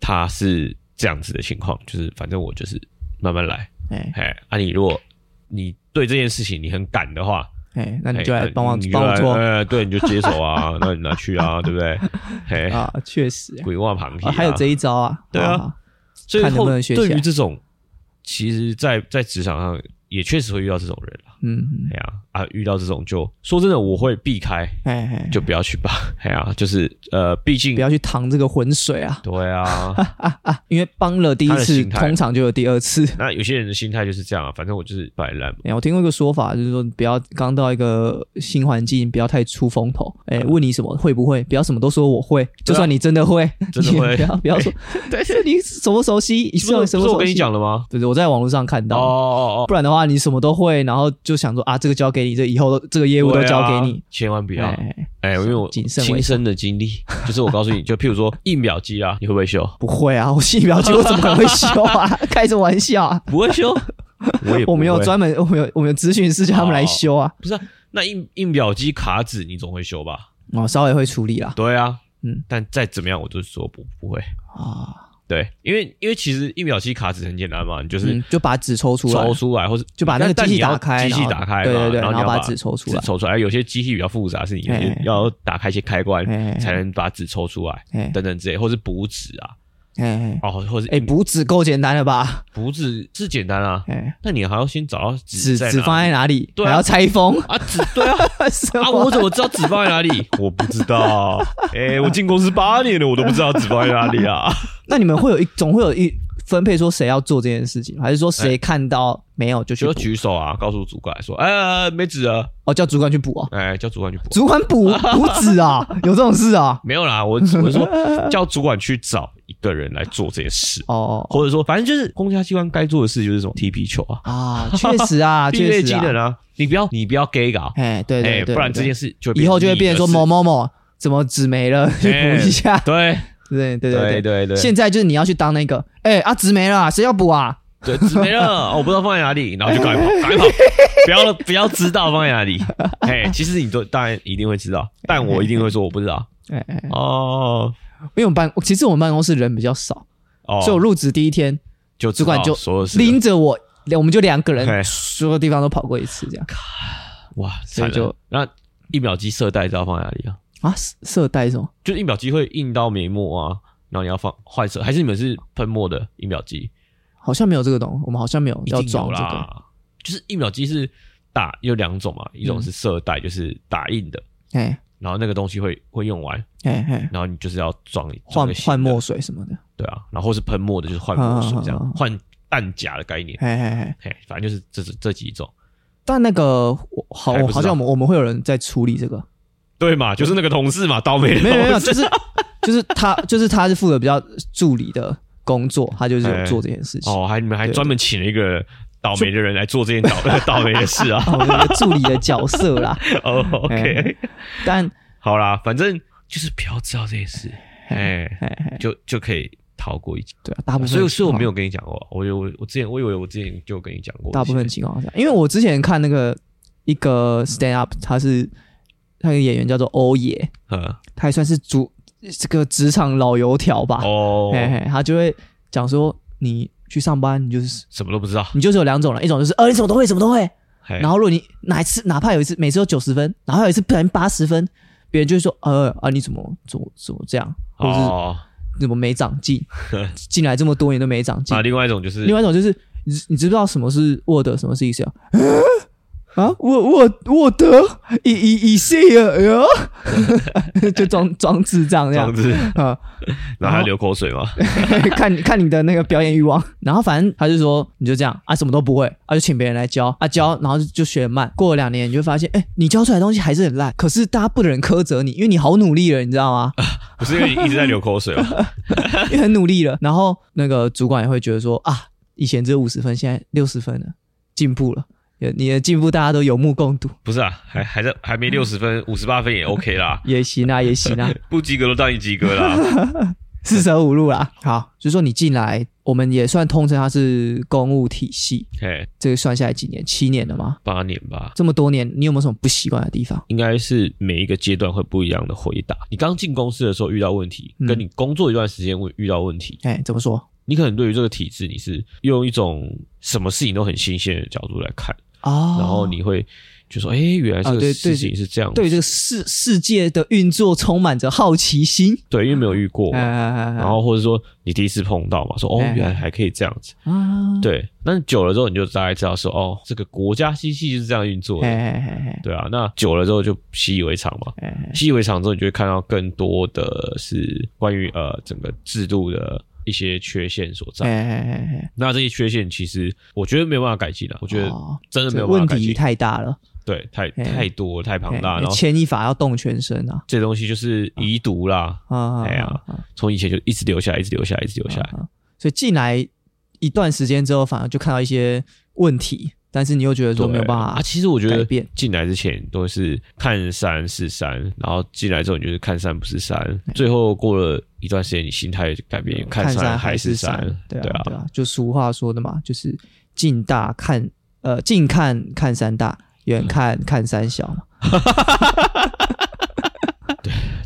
Speaker 1: 他是这样子的情况，就是反正我就是慢慢来。
Speaker 2: 哎
Speaker 1: 哎，啊，你如果你对这件事情你很赶的话，
Speaker 2: 哎，那你
Speaker 1: 哎
Speaker 2: 就来
Speaker 1: 那
Speaker 2: 帮我
Speaker 1: 你就
Speaker 2: 帮我
Speaker 1: 来
Speaker 2: 做
Speaker 1: 呃，对，你就接手啊， 那你拿去 啊，对不对？嘿，
Speaker 2: 啊，确实
Speaker 1: 鬼话旁
Speaker 2: 啊，
Speaker 1: 听，
Speaker 2: 还有这一招啊，
Speaker 1: 对啊
Speaker 2: 好，好
Speaker 1: 所以
Speaker 2: 看能
Speaker 1: 后
Speaker 2: 不能学起
Speaker 1: 对
Speaker 2: 来
Speaker 1: 于这种，其实在，在职场上也确实会遇到这种人啦。
Speaker 2: 嗯，
Speaker 1: 哎呀、啊，遇到这种就说真的，我会避开，
Speaker 2: 哎哎，
Speaker 1: 就不要去吧。哎呀、就是呃，毕竟
Speaker 2: 不要去趟这个浑水啊
Speaker 1: 对啊，
Speaker 2: 啊啊！因为帮了第一
Speaker 1: 他的
Speaker 2: 次，
Speaker 1: 心态
Speaker 2: 通常就有第二次。
Speaker 1: 那有些人的心态就是这样啊，反正我就是摆烂嘛。
Speaker 2: 哎、我听过一个说法，就是说不要刚到一个新环境，不要太出风头。哎、
Speaker 1: 嗯
Speaker 2: 问你什么会不会，不要什么都说我会，就算你真的会，
Speaker 1: 啊真的
Speaker 2: 你也
Speaker 1: 会
Speaker 2: 不要不要说，
Speaker 1: 对，
Speaker 2: 你熟不熟悉？
Speaker 1: 不
Speaker 2: 你
Speaker 1: 是
Speaker 2: 是
Speaker 1: 不
Speaker 2: 有
Speaker 1: 是
Speaker 2: 什么熟悉？
Speaker 1: 我跟你讲了吗？
Speaker 2: 对，对，我在网络上看
Speaker 1: 哦
Speaker 2: 到，
Speaker 1: 哦哦，
Speaker 2: 不然的话你什么都会，然后就想说啊，这个交给你，这以后都这个业务都
Speaker 1: 对啊
Speaker 2: 交给你。
Speaker 1: 千万不要。
Speaker 2: 哎、
Speaker 1: 哎，因为我
Speaker 2: 谨慎为上
Speaker 1: 亲身的经历，就是我告诉你，就譬如说印表机啊，你会不会修？
Speaker 2: 不会啊，我信表情我怎么可能会 修啊？开什么玩笑啊！
Speaker 1: 不会 修，我也不
Speaker 2: 我们有
Speaker 1: 会
Speaker 2: 专门，我们有我们有咨询师叫他们来修啊。
Speaker 1: 不是啊、那印印表机卡纸你总会修吧？
Speaker 2: 哦，稍微会处理啦。
Speaker 1: 对啊，
Speaker 2: 嗯，
Speaker 1: 但再怎么样我就是说不不会。
Speaker 2: 啊，
Speaker 1: 对，因为因为其实印表机卡纸很简单嘛，你就是
Speaker 2: 嗯，就把纸抽出来，
Speaker 1: 抽出来，或者
Speaker 2: 就把那个机器打开，
Speaker 1: 机器
Speaker 2: 然后
Speaker 1: 打开嘛，
Speaker 2: 对对对，
Speaker 1: 然后
Speaker 2: 然
Speaker 1: 你要
Speaker 2: 把
Speaker 1: 把
Speaker 2: 纸抽出
Speaker 1: 纸
Speaker 2: 来。
Speaker 1: 抽出来。有些机器比较复杂，是你
Speaker 2: 哎哎
Speaker 1: 要打开一些开关
Speaker 2: 哎哎哎
Speaker 1: 才能把纸抽出来，
Speaker 2: 哎
Speaker 1: 等等之类，或是补纸啊，
Speaker 2: 哎哎
Speaker 1: 哦，或是
Speaker 2: 哎，补纸够简单了吧？
Speaker 1: 补纸是简单啊，
Speaker 2: 哎，
Speaker 1: 但你还要先找到纸
Speaker 2: 纸
Speaker 1: 在
Speaker 2: 纸
Speaker 1: 哪
Speaker 2: 放在
Speaker 1: 里
Speaker 2: 哪里？
Speaker 1: 对啊
Speaker 2: 还要拆封？
Speaker 1: 啊纸对啊
Speaker 2: 什
Speaker 1: 啊，
Speaker 2: 么
Speaker 1: 我怎么知道纸放在哪里？我不知道， 哎，我进公司八年了，我都不知道纸放在哪里 啊。
Speaker 2: 那你们会有一总会有一分配说谁要做这件事情，还是说谁看到没有就去
Speaker 1: 哎就
Speaker 2: 补？
Speaker 1: 举手啊，告诉主管说，哎，没纸了，
Speaker 2: 哦，叫主管去补 哦，
Speaker 1: 哎，叫主管去补。
Speaker 2: 主管补补纸啊，有这种事啊？
Speaker 1: 没有啦，我我是说 叫主管去找一个人来做这件事，
Speaker 2: 哦哦
Speaker 1: 或者说反正就是公家机关该做的事就是什么踢皮球啊，
Speaker 2: 啊， 确实 啊，
Speaker 1: 必
Speaker 2: 确
Speaker 1: 备
Speaker 2: 实
Speaker 1: 技能
Speaker 2: 啊，
Speaker 1: 啊，你不要你不要 gay 搞，
Speaker 2: 哎，对对
Speaker 1: 哎，
Speaker 2: 对对，
Speaker 1: 不然这件
Speaker 2: 事
Speaker 1: 事哎就
Speaker 2: 以后就会变成说某
Speaker 1: 猫
Speaker 2: 某某怎么纸没了， 去补一下。
Speaker 1: 对
Speaker 2: 对对
Speaker 1: 对
Speaker 2: 对
Speaker 1: 对对，
Speaker 2: 现在就是你要去当那个，哎啊，纸没了啊，谁要补啊？
Speaker 1: 对纸没了，哦我不知道放在哪里，然后就赶快跑，赶快 跑，不要不要知道放在哪里，哎，其实你都当然一定会知道，但我一定会说我不知道
Speaker 2: 哎哎，哎
Speaker 1: 哦
Speaker 2: 因为我们办，其实我们办公室人比较少，
Speaker 1: 哦，
Speaker 2: 所以我入职第一天
Speaker 1: 就
Speaker 2: 主管
Speaker 1: 知道
Speaker 2: 就
Speaker 1: 所有事了
Speaker 2: 拎着我，我们就两个
Speaker 1: 嘿
Speaker 2: 人，所有地方都跑过一次，这样
Speaker 1: 哇，
Speaker 2: 所
Speaker 1: 惨
Speaker 2: 以
Speaker 1: 了
Speaker 2: 就
Speaker 1: 那一秒机射带知道放在哪里啊？
Speaker 2: 啊，色色带什么？
Speaker 1: 就印表机会印到眉末啊，然后你要放换色，还是你们是喷墨的印表机？
Speaker 2: 好像没有这个东西，我们好像没有
Speaker 1: 一
Speaker 2: 要
Speaker 1: 定有
Speaker 2: 装这个。
Speaker 1: 啦，就是印表机是打有两种嘛，一种
Speaker 2: 嗯
Speaker 1: 是色带，就是打印的，
Speaker 2: 哎
Speaker 1: 然后那个东西会会用完，
Speaker 2: 哎哎，
Speaker 1: 然后你就是要装装
Speaker 2: 换
Speaker 1: 个新的
Speaker 2: 换墨水什么的，
Speaker 1: 对啊，然后或是喷墨的，就是换墨水这样
Speaker 2: 啊啊啊啊，
Speaker 1: 换弹夹的概念，
Speaker 2: 哎哎哎。
Speaker 1: 嘿，反正就是这这这几种，
Speaker 2: 但那个我好，
Speaker 1: 还不
Speaker 2: 我
Speaker 1: 知道
Speaker 2: 好像我们我们会有人在处理 这个，
Speaker 1: 对嘛，就是那个同事嘛，倒霉的
Speaker 2: 没有没有 没有，
Speaker 1: 同事
Speaker 2: 就是就是他就是他是负责比较助理的工作，他就是
Speaker 1: 哎
Speaker 2: 有做这件事情。
Speaker 1: 哦，还你们还
Speaker 2: 对
Speaker 1: 专门请了一个倒霉的人来做这件倒 倒霉的事 啊，
Speaker 2: 我的助理的角色啦，
Speaker 1: 哦，OK
Speaker 2: 哎。但
Speaker 1: 好啦，反正就是不要知道这件事，哎，
Speaker 2: 哎哎，
Speaker 1: 就就可以逃过一劫。
Speaker 2: 对啊，大部分
Speaker 1: 所以，所以我没
Speaker 2: 有，
Speaker 1: 有跟你讲过，我我我之前我以为我之前就跟你讲过，
Speaker 2: 大部分情况好像，因为我之前看那个一个 stand up，他是那个演员叫做欧野，
Speaker 1: 嗯
Speaker 2: 他也算是主这个职场老油条吧，
Speaker 1: 哦，
Speaker 2: 啊嘿嘿，他就会讲说，你去上班，你就是
Speaker 1: 什么都不知道，
Speaker 2: 你就是有两种人，一种就是呃你什么都会，什么都
Speaker 1: 哎
Speaker 2: 会，
Speaker 1: 嘿
Speaker 2: 然后如果你哪一次哪怕有一次每次都九十分，然后有一次不小心八十分，别人就会说呃啊你怎么怎么怎么这样，或者是
Speaker 1: 哦，
Speaker 2: 你怎么没长 进，进来这么多年都没长进
Speaker 1: 那。另外一种就是
Speaker 2: 另外一种就是你知你知不知道什么是 Word，什么是 Excel？啊，我我我得以以以 Excel，哎呦 就装装智障这
Speaker 1: 这样
Speaker 2: 样
Speaker 1: 子，
Speaker 2: 啊，
Speaker 1: 然后还流口水 嘛，
Speaker 2: 看你看你的那个表演欲望。然后反正他就说你就这样啊，什么都不会啊，就请别人来教啊教，然后就就学得慢。过了两年，你就发现，哎、你教出来的东西还是很烂，可是大家不能苛责你，因为你好努力了，你知道吗？
Speaker 1: 不是因为你一直在流口水嘛？
Speaker 2: 因为很努力了。然后那个主管也会觉得说啊，以前只有五十分，现在六十分了，进步了。也你的进步大家都有目共睹，
Speaker 1: 不是啊，还还在还没六十分，五十八分也 OK 啦，
Speaker 2: 也行啊，也 行啊，
Speaker 1: 不及格都当你及格 啦。
Speaker 2: 四舍五入啦。好，就说你进来，我们也算通称它是公务体系，
Speaker 1: 嘿，
Speaker 2: 这个算下来几年，七年了吗？
Speaker 1: 八年吧，
Speaker 2: 这么多年，你有没有什么不习惯的地方？
Speaker 1: 应该是每一个阶段会不一样的回答。你刚进公司的时候遇到问题，
Speaker 2: 嗯
Speaker 1: 跟你工作一段时间会遇到问题，
Speaker 2: 哎，怎么说
Speaker 1: 你可能对于这个体制，你是用一种什么事情都很新鲜的角度来看，
Speaker 2: 啊？
Speaker 1: 然后你会就说，哎，原来这
Speaker 2: 啊
Speaker 1: 个
Speaker 2: 对对
Speaker 1: 事情是这样子，
Speaker 2: 对于这个世世界的运作充满着好奇心。哎
Speaker 1: 对，因为没有遇过嘛，
Speaker 2: 然
Speaker 1: 然后或者说你第一次碰到嘛，说哦，
Speaker 2: 哎哎
Speaker 1: 原来还可以这样子，
Speaker 2: 啊，
Speaker 1: 对，但久了之后你就大概知道说，哦，这个国家机器就是这样运作
Speaker 2: 哎
Speaker 1: 的，
Speaker 2: 哎哎
Speaker 1: 对啊，那久了之后就习以为常嘛，
Speaker 2: 哎哎，
Speaker 1: 习以为常之后，你就会看到更多的是关于呃整个制度的一些缺陷所在。
Speaker 2: 哎哎哎
Speaker 1: 那这些缺陷其实我觉得没有办法改进了，我觉得
Speaker 2: 哦
Speaker 1: 真的
Speaker 2: 哎，
Speaker 1: 没
Speaker 2: 这
Speaker 1: 有办法
Speaker 2: 问
Speaker 1: 改
Speaker 2: 题
Speaker 1: 进，
Speaker 2: 太大了，
Speaker 1: 对，太
Speaker 2: 哎
Speaker 1: 太多太庞大，
Speaker 2: 哎
Speaker 1: 然后
Speaker 2: 牵一发要动全身啊！
Speaker 1: 这东西就是遗毒啦，
Speaker 2: 啊，
Speaker 1: 哎呀
Speaker 2: 啊啊
Speaker 1: 从以前就一直留下来，一直留下来，一直留下来。
Speaker 2: 啊啊所以进来一段时间之后，反而就看到一些问题，但是你又觉得
Speaker 1: 对
Speaker 2: 说没有办
Speaker 1: 啊。
Speaker 2: 法，
Speaker 1: 其实我觉
Speaker 2: 改
Speaker 1: 得
Speaker 2: 变
Speaker 1: 进来之前都是看山是山，然后进来之后你就是看山不是山，最后过了一段时间，你心态改变，啊看
Speaker 2: 嗯山
Speaker 1: 还
Speaker 2: 是
Speaker 1: 山，
Speaker 2: 对
Speaker 1: 对
Speaker 2: 啊，对啊，就俗话说的嘛，就是近大看呃近看看山大，远
Speaker 1: 嗯
Speaker 2: 看看山小嘛，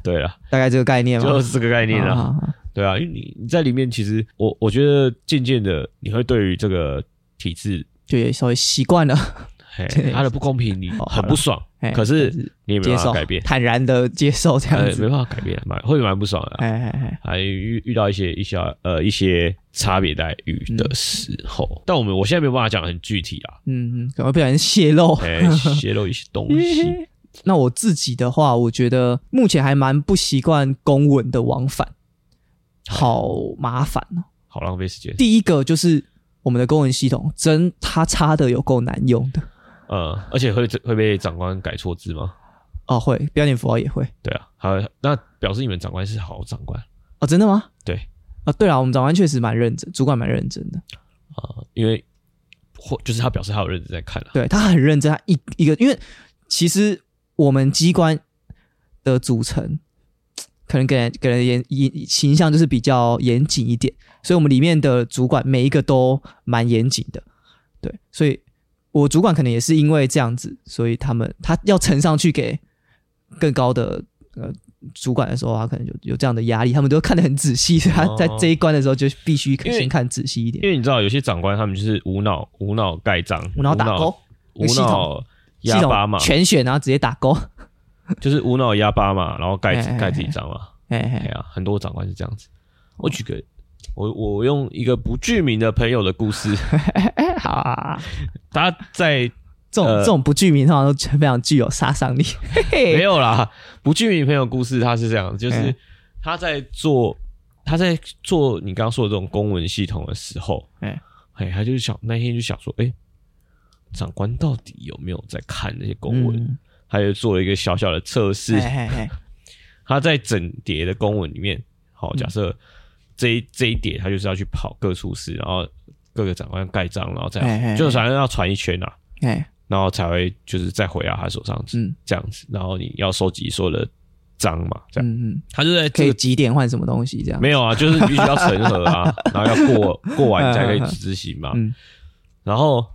Speaker 1: 对了，
Speaker 2: 大概这个概念嘛，
Speaker 1: 就是这个概念
Speaker 2: 啊
Speaker 1: 啦。
Speaker 2: 啊啊
Speaker 1: 对啊，因为你你在里面，其实我我觉得渐渐的，你会对于这个体制，
Speaker 2: 就也稍微习惯了，
Speaker 1: 嘿
Speaker 2: 对，
Speaker 1: 它的不公平你
Speaker 2: 哦
Speaker 1: 很不爽
Speaker 2: 哎，
Speaker 1: 可
Speaker 2: 但
Speaker 1: 是你也没
Speaker 2: 接
Speaker 1: 办法
Speaker 2: 受
Speaker 1: 改变，
Speaker 2: 坦然的接受这样
Speaker 1: 呃，
Speaker 2: 子
Speaker 1: 没，办法改变，蛮会蛮不爽的啊。
Speaker 2: 哎哎哎，
Speaker 1: 还遇遇到一些一些呃一些差别待遇的时候，
Speaker 2: 嗯
Speaker 1: 但我们我现在没有办法讲得很具体 啊，
Speaker 2: 嗯嗯，可能不小心泄露，
Speaker 1: 哎、泄露一些东西。
Speaker 2: 那我自己的话，我觉得目前还蛮不习惯公文的往返，好麻烦哦。
Speaker 1: 好浪费时间。
Speaker 2: 第一个就是我们的公文系统真他差的有够难用的
Speaker 1: 呃，而且会会被长官改错字吗？
Speaker 2: 哦，会标点符号也会
Speaker 1: 对啊，还有那表示你们长官是好长官
Speaker 2: 哦，真的吗？
Speaker 1: 对
Speaker 2: 啊，对了，我们长官确实蛮认真，主管蛮认真的，
Speaker 1: 啊、因为或就是他表示他有认真在看啊了、
Speaker 2: 对他很认真，他一一个因为其实我们机关的组成。可能给人给人严严形象就是比较严谨一点，所以我们里面的主管每一个都蛮严谨的，对，所以我主管可能也是因为这样子，所以他们他要呈上去给更高的呃主管的时候，他可能有有这样的压力，他们都看得很仔细，所以他在这一关的时候就必须
Speaker 1: 哦因为
Speaker 2: 先看仔细一
Speaker 1: 因
Speaker 2: 点，
Speaker 1: 为你知道有些长官他们就是无脑无脑盖章，
Speaker 2: 无脑打勾，
Speaker 1: 无
Speaker 2: 系
Speaker 1: 脑
Speaker 2: 统系
Speaker 1: 压巴
Speaker 2: 统
Speaker 1: 嘛，
Speaker 2: 全选，然后直接打 勾，
Speaker 1: 就是无脑压巴嘛，然后盖
Speaker 2: 哎哎哎
Speaker 1: 盖自己章嘛。
Speaker 2: 哎哎
Speaker 1: 哎呀，很多长官是这样子。
Speaker 2: 哦
Speaker 1: 我举个，我我用一个不具名的朋友的故事，
Speaker 2: 哎， 好啊，好啊
Speaker 1: 他在
Speaker 2: 这种、
Speaker 1: 呃
Speaker 2: 这种不具名通常都非常具有杀伤力。 嘿嘿，
Speaker 1: 没有啦，
Speaker 2: 哎
Speaker 1: 不具名朋友故事，他是这样，就是
Speaker 2: 嗯
Speaker 1: 他在做他在做你刚刚说的这种公文系统的时候，
Speaker 2: 哎
Speaker 1: 哎，他就是想那天就想说，哎、长官到底有没有在看那些公文？
Speaker 2: 嗯
Speaker 1: 他就做了一个小小的测试，
Speaker 2: 哎哎哎，
Speaker 1: 他在整叠的公文里面，
Speaker 2: 嗯
Speaker 1: 好，假设这一这一叠他就是要去跑各处室，然后各个长官盖章，然后再
Speaker 2: 哎哎
Speaker 1: 就反正要传一圈啊，
Speaker 2: 哎，
Speaker 1: 然后才会就是再回到他手上，
Speaker 2: 嗯
Speaker 1: 这样子，然后你要收集所有的章嘛，这样。
Speaker 2: 嗯嗯，
Speaker 1: 他就在
Speaker 2: 可
Speaker 1: 这
Speaker 2: 以
Speaker 1: 个
Speaker 2: 几点换什么东西这样？
Speaker 1: 没有啊，就是你必须要成盒 啊，然后要过过完你才可以执行嘛。
Speaker 2: 嗯
Speaker 1: 然后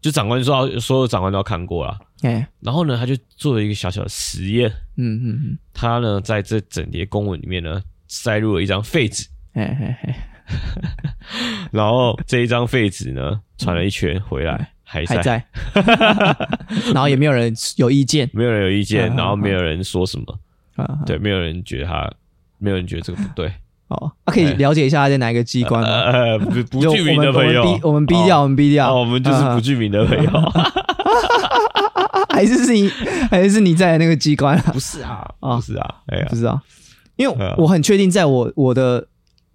Speaker 1: 就长官说要，所有长官都要看过啦。
Speaker 2: 哎，
Speaker 1: 然后呢，他就做了一个小小的实验，
Speaker 2: 嗯嗯嗯，
Speaker 1: 他呢在这整叠公文里面呢塞入了一张废纸，
Speaker 2: 哎哎哎，
Speaker 1: 然后这一张废纸呢传了一圈回来，还
Speaker 2: 嗯还
Speaker 1: 在，
Speaker 2: 在，然后也没有人有意见
Speaker 1: 没有人有意见，
Speaker 2: 嗯
Speaker 1: 然后没有人说什么，
Speaker 2: 啊。
Speaker 1: 对，没有人觉得他，没有人觉得这个不对。
Speaker 2: 哦，啊，可以了解一下在哪一个机关吗？
Speaker 1: 哎呃，不不
Speaker 2: 嗯就
Speaker 1: 具名的
Speaker 2: 我们
Speaker 1: 朋友
Speaker 2: 我们，逼我们逼掉，我们逼掉。
Speaker 1: 哦，我们就是
Speaker 2: 啊
Speaker 1: 不具名的朋友。
Speaker 2: 嗯啊还是是你，还是你在的那个机关啊？
Speaker 1: 不是啊，
Speaker 2: 啊
Speaker 1: 不是啊，哎呀
Speaker 2: 不，知道，因为
Speaker 1: 嗯
Speaker 2: 我很确定，在我我的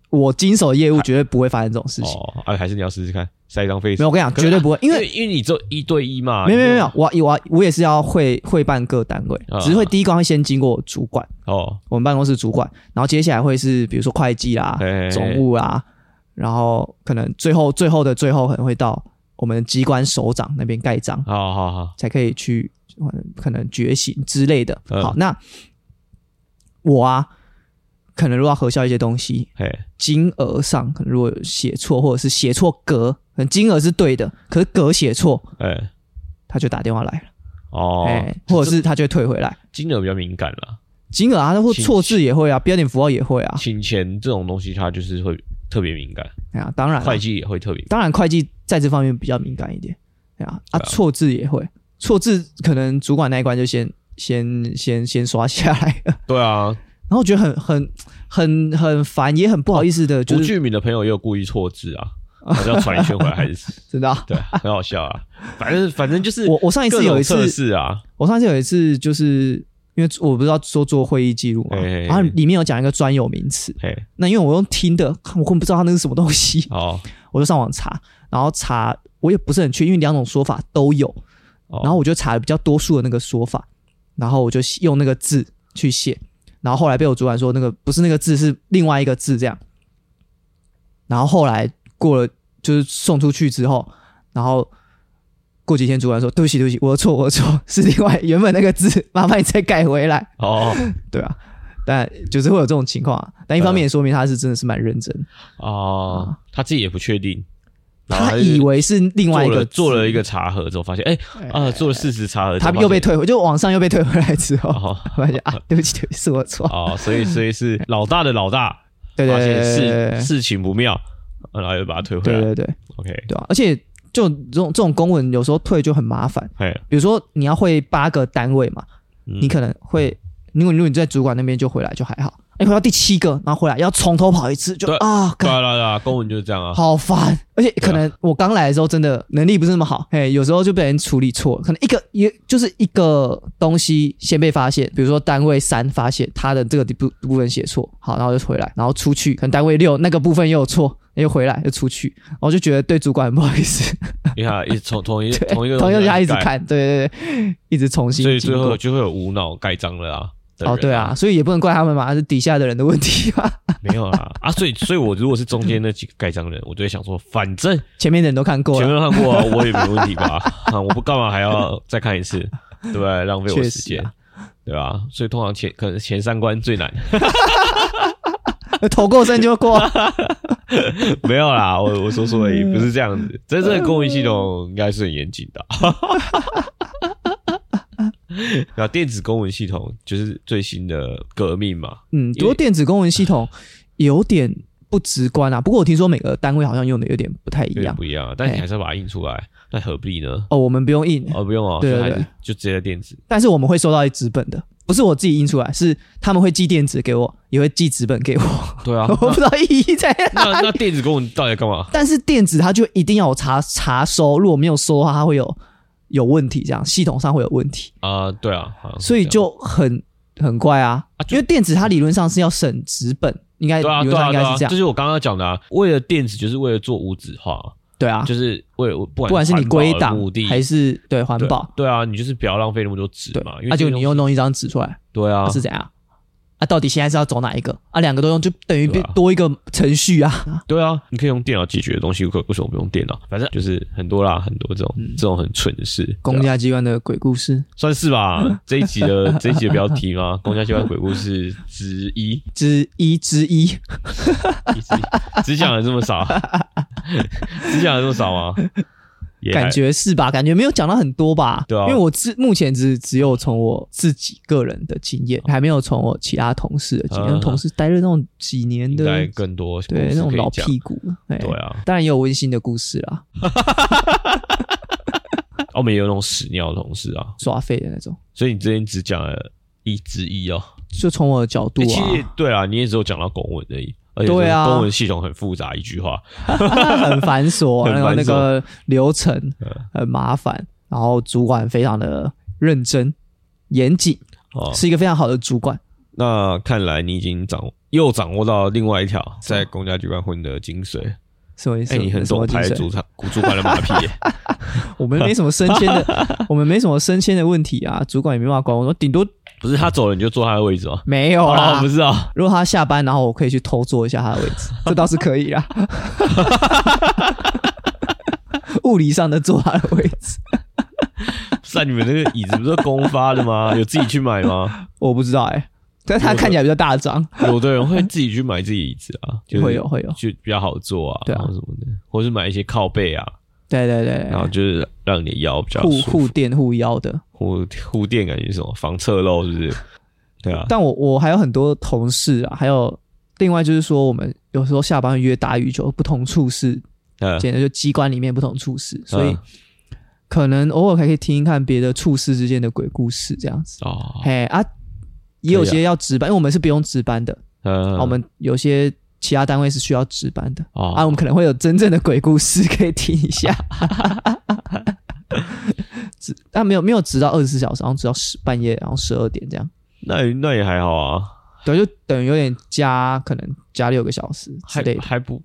Speaker 2: 我经手的业务绝对不会发生这种事情。
Speaker 1: 哦，哎，还是你要试试看，塞一张废纸
Speaker 2: 没有，。我跟你讲，
Speaker 1: 可是
Speaker 2: 绝对不会，因
Speaker 1: 因
Speaker 2: 为
Speaker 1: 为因为你只有一对一嘛，
Speaker 2: 没有没有没
Speaker 1: 你
Speaker 2: 有，我要我要我也是要会会办各单位，
Speaker 1: 啊
Speaker 2: 只是会第一关会先经过主管，
Speaker 1: 哦，
Speaker 2: 我们办公室主管，然后接下来会是比如说会计啦
Speaker 1: 嘿嘿、嘿
Speaker 2: 总务啦，然后可能最后最后的最后可能会到我们机关首长那边盖章，
Speaker 1: 好好好，
Speaker 2: 才可以去呃可能觉醒之类的。
Speaker 1: 嗯
Speaker 2: 好，那我啊，可能如果要核销一些东西，
Speaker 1: 嘿，
Speaker 2: 金额上可能如果有写错或者是写错格，可能金额是对的，可是格写错，
Speaker 1: 哎，
Speaker 2: 他就打电话来了。
Speaker 1: 哦
Speaker 2: 哎，，或者是他就会退回来。
Speaker 1: 金额比较敏感啦，
Speaker 2: 金额啊，他或
Speaker 1: 请
Speaker 2: 错字也会啊，标点符号也会啊。
Speaker 1: 请钱这种东西，它就是会特别敏感，
Speaker 2: 哎呀、当然啊、
Speaker 1: 会计也会特别敏
Speaker 2: 当然会计在这方面比较敏感一点。哎呀、啊，
Speaker 1: 对啊
Speaker 2: 错字也会，错字可能主管那一关就先先先先刷下来 了，
Speaker 1: 对啊，
Speaker 2: 然后我觉得很很很很烦，也很不好意思的，就
Speaker 1: 吴
Speaker 2: 是
Speaker 1: 俊敏的朋友也有故意错字 啊，好像传一圈回来还是
Speaker 2: 真的啊、
Speaker 1: 对，很好笑啊。反正反正就是
Speaker 2: 我我上一次有一次
Speaker 1: 各种测试啊，
Speaker 2: 我上次有一次就是。因为我不是要说做会议记录嘛，
Speaker 1: 嘿嘿嘿
Speaker 2: 然后里面有讲一个专有名词，
Speaker 1: 嘿，
Speaker 2: 那因为我用听的，我根本不知道它那是什么东西，
Speaker 1: 哦，
Speaker 2: 我就上网查，然后查我也不是很确定，因为两种说法都有，
Speaker 1: 哦
Speaker 2: 然后我就查了比较多数的那个说法，然后我就用那个字去写，然后后来被我主管说那个不是那个字是另外一个字这样，然后后来过了就是送出去之后，然后过几天主管说对不起对不起我的错我的错 是另外原本那个字，麻烦你再改回来，
Speaker 1: 哦
Speaker 2: 对啊，但就是会有这种情况、啊，但一方
Speaker 1: 呃
Speaker 2: 面也说明他是真的是蛮认真，
Speaker 1: 哦， 他自己也不确定，然后
Speaker 2: 他
Speaker 1: 就是
Speaker 2: 以为是另外一
Speaker 1: 做
Speaker 2: 个
Speaker 1: 了
Speaker 2: 字
Speaker 1: 做了一个茶盒之后，发现哎啊、做了四十茶盒之
Speaker 2: 他
Speaker 1: 后，
Speaker 2: 又被
Speaker 1: 发
Speaker 2: 退回，就网上又被退回来之后，
Speaker 1: 哦
Speaker 2: 发现啊，对不起，对不起，是我错。
Speaker 1: 哦，所以所以是老大的老大
Speaker 2: 对对
Speaker 1: 发
Speaker 2: 对
Speaker 1: 现
Speaker 2: 对对
Speaker 1: 事事情不妙，然后又把他推回
Speaker 2: 对
Speaker 1: 来。
Speaker 2: 对对对
Speaker 1: OK，
Speaker 2: 对啊！而且就这种这种公文有时候退就很麻烦，
Speaker 1: 嘿，
Speaker 2: 比如说你要会八个单位嘛，
Speaker 1: 嗯
Speaker 2: 你可能会，如果如果你在主管那边就回来就还好，哎，回到第七个，然后回来要从头跑一次，就
Speaker 1: 对
Speaker 2: 啊，
Speaker 1: 对
Speaker 2: 干
Speaker 1: 啊对啊对啊，公文就是这样啊。
Speaker 2: 好烦。而且可
Speaker 1: 对
Speaker 2: 能我刚来的时候真的能力不是那么好，哎，有时候就被人处理错，可能一个也就是一个东西先被发现，比如说单位三发现他的这个部部分写错，好，然后就回来，然后出去，可能单位六那个部分又有错，又回来又出去，然后就觉得对主管很不好意思，
Speaker 1: 你看，一 直从同一同一个
Speaker 2: 同
Speaker 1: 东
Speaker 2: 一
Speaker 1: 西
Speaker 2: 个他一直
Speaker 1: 盖，
Speaker 2: 看，对对对，一直重新
Speaker 1: 所以
Speaker 2: 经
Speaker 1: 最
Speaker 2: 过
Speaker 1: 后就会有无脑盖章了啊。的人
Speaker 2: 哦，对啊，，所以也不能怪他们嘛，是底下的人的问题嘛。
Speaker 1: 没有啦啊，所以所以，我如果是中间那几个盖章的人，我就会想说，反 正
Speaker 2: 前面的人都看过
Speaker 1: 前面都
Speaker 2: 了，
Speaker 1: 看过啊，我也没问题吧？ 啊，我不干嘛还要再看一次，对不对？浪费我
Speaker 2: 确
Speaker 1: 时
Speaker 2: 实
Speaker 1: 间
Speaker 2: 啊，
Speaker 1: 对吧？所以通常前可能前三关最难，
Speaker 2: 头过身就过。
Speaker 1: 没有啦，我我说说而已，
Speaker 2: 嗯
Speaker 1: 不是这样子。真正的公益系统应该是很严 谨的啊。然后电子公文系统就是最新的革命嘛，
Speaker 2: 嗯，
Speaker 1: 也
Speaker 2: 不过电子公文系统有点不直观啊。不过我听说每个单位好像用的有点不太一
Speaker 1: 有点
Speaker 2: 样。
Speaker 1: 不一样啊，但你
Speaker 2: 哎
Speaker 1: 还是要把它印出来，那何必呢？
Speaker 2: 哦，我们不用印，
Speaker 1: 哦，不用哦，
Speaker 2: 对
Speaker 1: 所以
Speaker 2: 对
Speaker 1: 还是就直接在电子。
Speaker 2: 但是我们会收到一纸本的，不是我自己印出来，是他们会寄电子给我，也会寄纸本给我。
Speaker 1: 对啊，
Speaker 2: 我不知道意义在哪。
Speaker 1: 那那那电子公文到底干嘛？
Speaker 2: 但是电子它就一定要有查查收，如果没有收的话，它会有有问题，这样系统上会有问题，
Speaker 1: 啊，对啊，好像是
Speaker 2: 所以
Speaker 1: 这样
Speaker 2: 就很很怪啊。
Speaker 1: 啊就
Speaker 2: 因为电子它理论上是要省纸本，应该理
Speaker 1: 对啊，
Speaker 2: 论
Speaker 1: 对
Speaker 2: 上
Speaker 1: 啊，
Speaker 2: 应
Speaker 1: 对
Speaker 2: 该
Speaker 1: 啊，
Speaker 2: 是这样
Speaker 1: 就。是我刚刚讲的啊，为了电子就是为了做无纸化，
Speaker 2: 对啊，
Speaker 1: 就是为了不
Speaker 2: 不管是你归
Speaker 1: 环保的
Speaker 2: 档
Speaker 1: 目的
Speaker 2: 还是对环
Speaker 1: 对
Speaker 2: 保，
Speaker 1: 对啊，你就是不要浪费那么多纸
Speaker 2: 对
Speaker 1: 嘛，因为
Speaker 2: 啊，
Speaker 1: 这个
Speaker 2: 就你
Speaker 1: 东
Speaker 2: 又弄一张纸出来，
Speaker 1: 对啊，
Speaker 2: 是怎样？啊，到底现在是要走哪一个？啊，两个都用，就等于
Speaker 1: 对
Speaker 2: 变
Speaker 1: 啊
Speaker 2: 多一个程序啊。
Speaker 1: 对啊，你可以用电脑解决的东西，为为什么不用电脑？反正就是很多啦，很多这种、这种很蠢的事，
Speaker 2: 嗯公
Speaker 1: 对啊
Speaker 2: 家机关的鬼故事
Speaker 1: 算是吧。 这一集的这一集的标题吗？ 公家机关鬼故事之一，
Speaker 2: 之一之一，
Speaker 1: 一之一只讲了这么少， 只讲了这么少吗？也还
Speaker 2: 感觉是吧？感觉没有讲到很多吧？
Speaker 1: 对啊
Speaker 2: 因为我自目前只只有从我自己个人的经验，
Speaker 1: 啊
Speaker 2: 还没有从我其他同事的经验。
Speaker 1: 嗯
Speaker 2: 同事待了那种几年
Speaker 1: 应
Speaker 2: 的，
Speaker 1: 该更多
Speaker 2: 对
Speaker 1: 故
Speaker 2: 那
Speaker 1: 事
Speaker 2: 种
Speaker 1: 可以
Speaker 2: 老
Speaker 1: 讲
Speaker 2: 屁股，对
Speaker 1: 对啊，
Speaker 2: 当然也有温馨的故事啦，
Speaker 1: 澳哦门也有那种屎尿的同事啊，
Speaker 2: 刷废的那种。
Speaker 1: 所以你之前只讲了一之一哦。
Speaker 2: 就从我的角度
Speaker 1: 欸
Speaker 2: 啊，
Speaker 1: 其实也对啊，你也只有讲到公文而已，而且
Speaker 2: 对啊
Speaker 1: 这个公文系统很复杂，一句话
Speaker 2: 很繁琐，
Speaker 1: 很
Speaker 2: 然后
Speaker 1: 繁琐嗯
Speaker 2: 那个流程很麻烦，然后主管非常的认真严谨，
Speaker 1: 哦。
Speaker 2: 是一个非常好的主管。
Speaker 1: 那看来你已经掌握又掌握到另外一条在公家机关混的精髓。
Speaker 2: 什么意
Speaker 1: 哎、
Speaker 2: 思？
Speaker 1: 你很
Speaker 2: 啊什
Speaker 1: 懂
Speaker 2: 么精
Speaker 1: 拍
Speaker 2: 神？
Speaker 1: 主场主管的马屁耶、
Speaker 2: 我们没什么升迁 的，我们没什么升迁的问题啊，主管也没办法管我，我顶多
Speaker 1: 不是他走了你就坐他的位置哦。
Speaker 2: 没有啦。
Speaker 1: 哦，不是啊、
Speaker 2: 如果他下班，然后我可以去偷坐一下他的位 置，这倒是可以啦。物理上的坐他的位置，
Speaker 1: 是啊，你们那个椅子不是公发的 吗？有自己去买吗？
Speaker 2: 我不知道哎、但他看起来比较大张，
Speaker 1: 有的人会自己去买自己椅子啊，就是、
Speaker 2: 会有会有，
Speaker 1: 就比较好坐啊，
Speaker 2: 对啊哎
Speaker 1: 然后什么的，或是买一些靠背啊，
Speaker 2: 对对对
Speaker 1: 然后就是让你的腰比较
Speaker 2: 互
Speaker 1: 舒服
Speaker 2: 互垫互腰的。
Speaker 1: 护护垫感觉是什么防侧漏是不是？对啊，
Speaker 2: 但我我还有很多同事啊，还有另外就是说，我们有时候下班约打羽球，不同处室，
Speaker 1: 呃
Speaker 2: 简直就机关里面不同处室，所以
Speaker 1: 嗯
Speaker 2: 可能偶尔还可以听一看别的处室之间的鬼故事这样子。
Speaker 1: 哦，啊
Speaker 2: 嘿啊，也有些要值班，因为我们是不用值班的，
Speaker 1: 嗯，
Speaker 2: 啊我们有些其他单位是需要值班的。
Speaker 1: 哦
Speaker 2: 啊，我们可能会有真正的鬼故事可以听一下， 只但没有没有直到二十四小时，然后直到十半夜，然后十二点这样，
Speaker 1: 那也那也还好啊，
Speaker 2: 对，就等于有点加可能加六个小时之
Speaker 1: 还
Speaker 2: 类的，
Speaker 1: 还不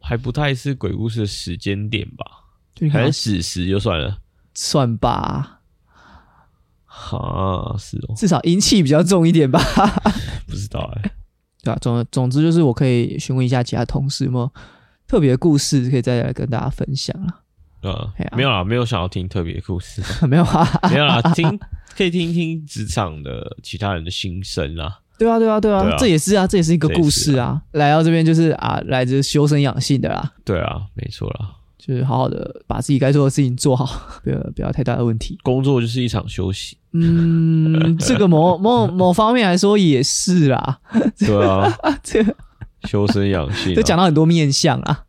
Speaker 1: 还不太是鬼故事的时间点吧，
Speaker 2: 就你可
Speaker 1: 还
Speaker 2: 能
Speaker 1: 是子时就算了。
Speaker 2: 算吧，
Speaker 1: 啊，是 哦，
Speaker 2: 至少阴气比较重一点吧，
Speaker 1: 不知道
Speaker 2: 欸
Speaker 1: 哎、
Speaker 2: 对吧、啊总总之就是我可以询问一下其他同事有没有特别的故事可以再来跟大家分享啊，
Speaker 1: 呃
Speaker 2: 哎呀，
Speaker 1: 没有啦，没有想要听特别的故事，
Speaker 2: 没有啊，
Speaker 1: 没有啦，听可以听听职场的其他人的心声啦。
Speaker 2: 对啊，对啊，对啊，
Speaker 1: 对啊
Speaker 2: 这也是啊，这也是一个
Speaker 1: 这也
Speaker 2: 故
Speaker 1: 是
Speaker 2: 事啊，来到这边就是啊，来自修身养性的啦。
Speaker 1: 对啊，没错啦，
Speaker 2: 就是好好的把自己该做的事情做好， 不要不要太大的问题。
Speaker 1: 工作就是一场休 息。
Speaker 2: 嗯，这个某某某方面来说也是啦，
Speaker 1: 对啊，
Speaker 2: 这个
Speaker 1: 修身养性、啊。
Speaker 2: 就讲到很多面向啊，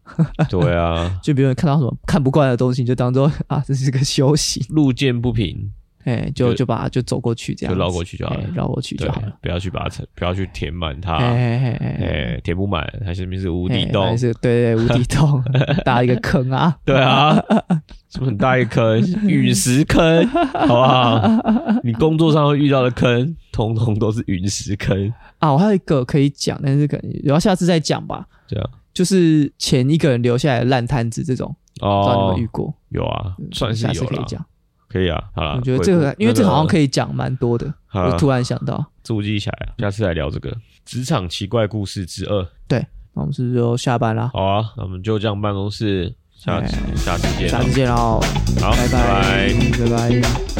Speaker 1: 对啊，
Speaker 2: 就比如你看到什么看不惯的东西，你就当做啊这是个修行，
Speaker 1: 路见不平
Speaker 2: 哎，就
Speaker 1: 就
Speaker 2: 就把它就走过去这样子，
Speaker 1: 就绕过去就好了
Speaker 2: 哎绕过去
Speaker 1: 对
Speaker 2: 就好了。，
Speaker 1: 不要去把它填，不要去填满它。
Speaker 2: 哎哎哎哎哎，
Speaker 1: 哎，填不满，它下面是无
Speaker 2: 无
Speaker 1: 底洞。
Speaker 2: 是对对无 底洞，搭一个坑啊，
Speaker 1: 对啊，是不是很大一坑？陨石坑， 好不好？你工作上会遇到的坑，通通都是陨石坑。
Speaker 2: 啊，我还有一个可以讲，但是可能然后下次再讲吧。
Speaker 1: 这样
Speaker 2: 就是前一个人留下来的烂摊子这种，不知
Speaker 1: 哦
Speaker 2: 道你有没有遇，过？
Speaker 1: 有啊，算是
Speaker 2: 下次
Speaker 1: 有
Speaker 2: 可以
Speaker 1: 了，
Speaker 2: 讲。
Speaker 1: 可以啊。好了，
Speaker 2: 我觉得这个，因为这个好像可以讲蛮多的，
Speaker 1: 好啊
Speaker 2: 我突然想到。
Speaker 1: 以注记起来啊，下次来聊这个职场奇怪故事之二。
Speaker 2: 那我们是不是就下班啦？
Speaker 1: 好啊，那我们就这样办公室，下次下次见
Speaker 2: 下
Speaker 1: 啊，
Speaker 2: 次见喽，
Speaker 1: 好，
Speaker 2: 拜
Speaker 1: 拜
Speaker 2: 拜，拜拜。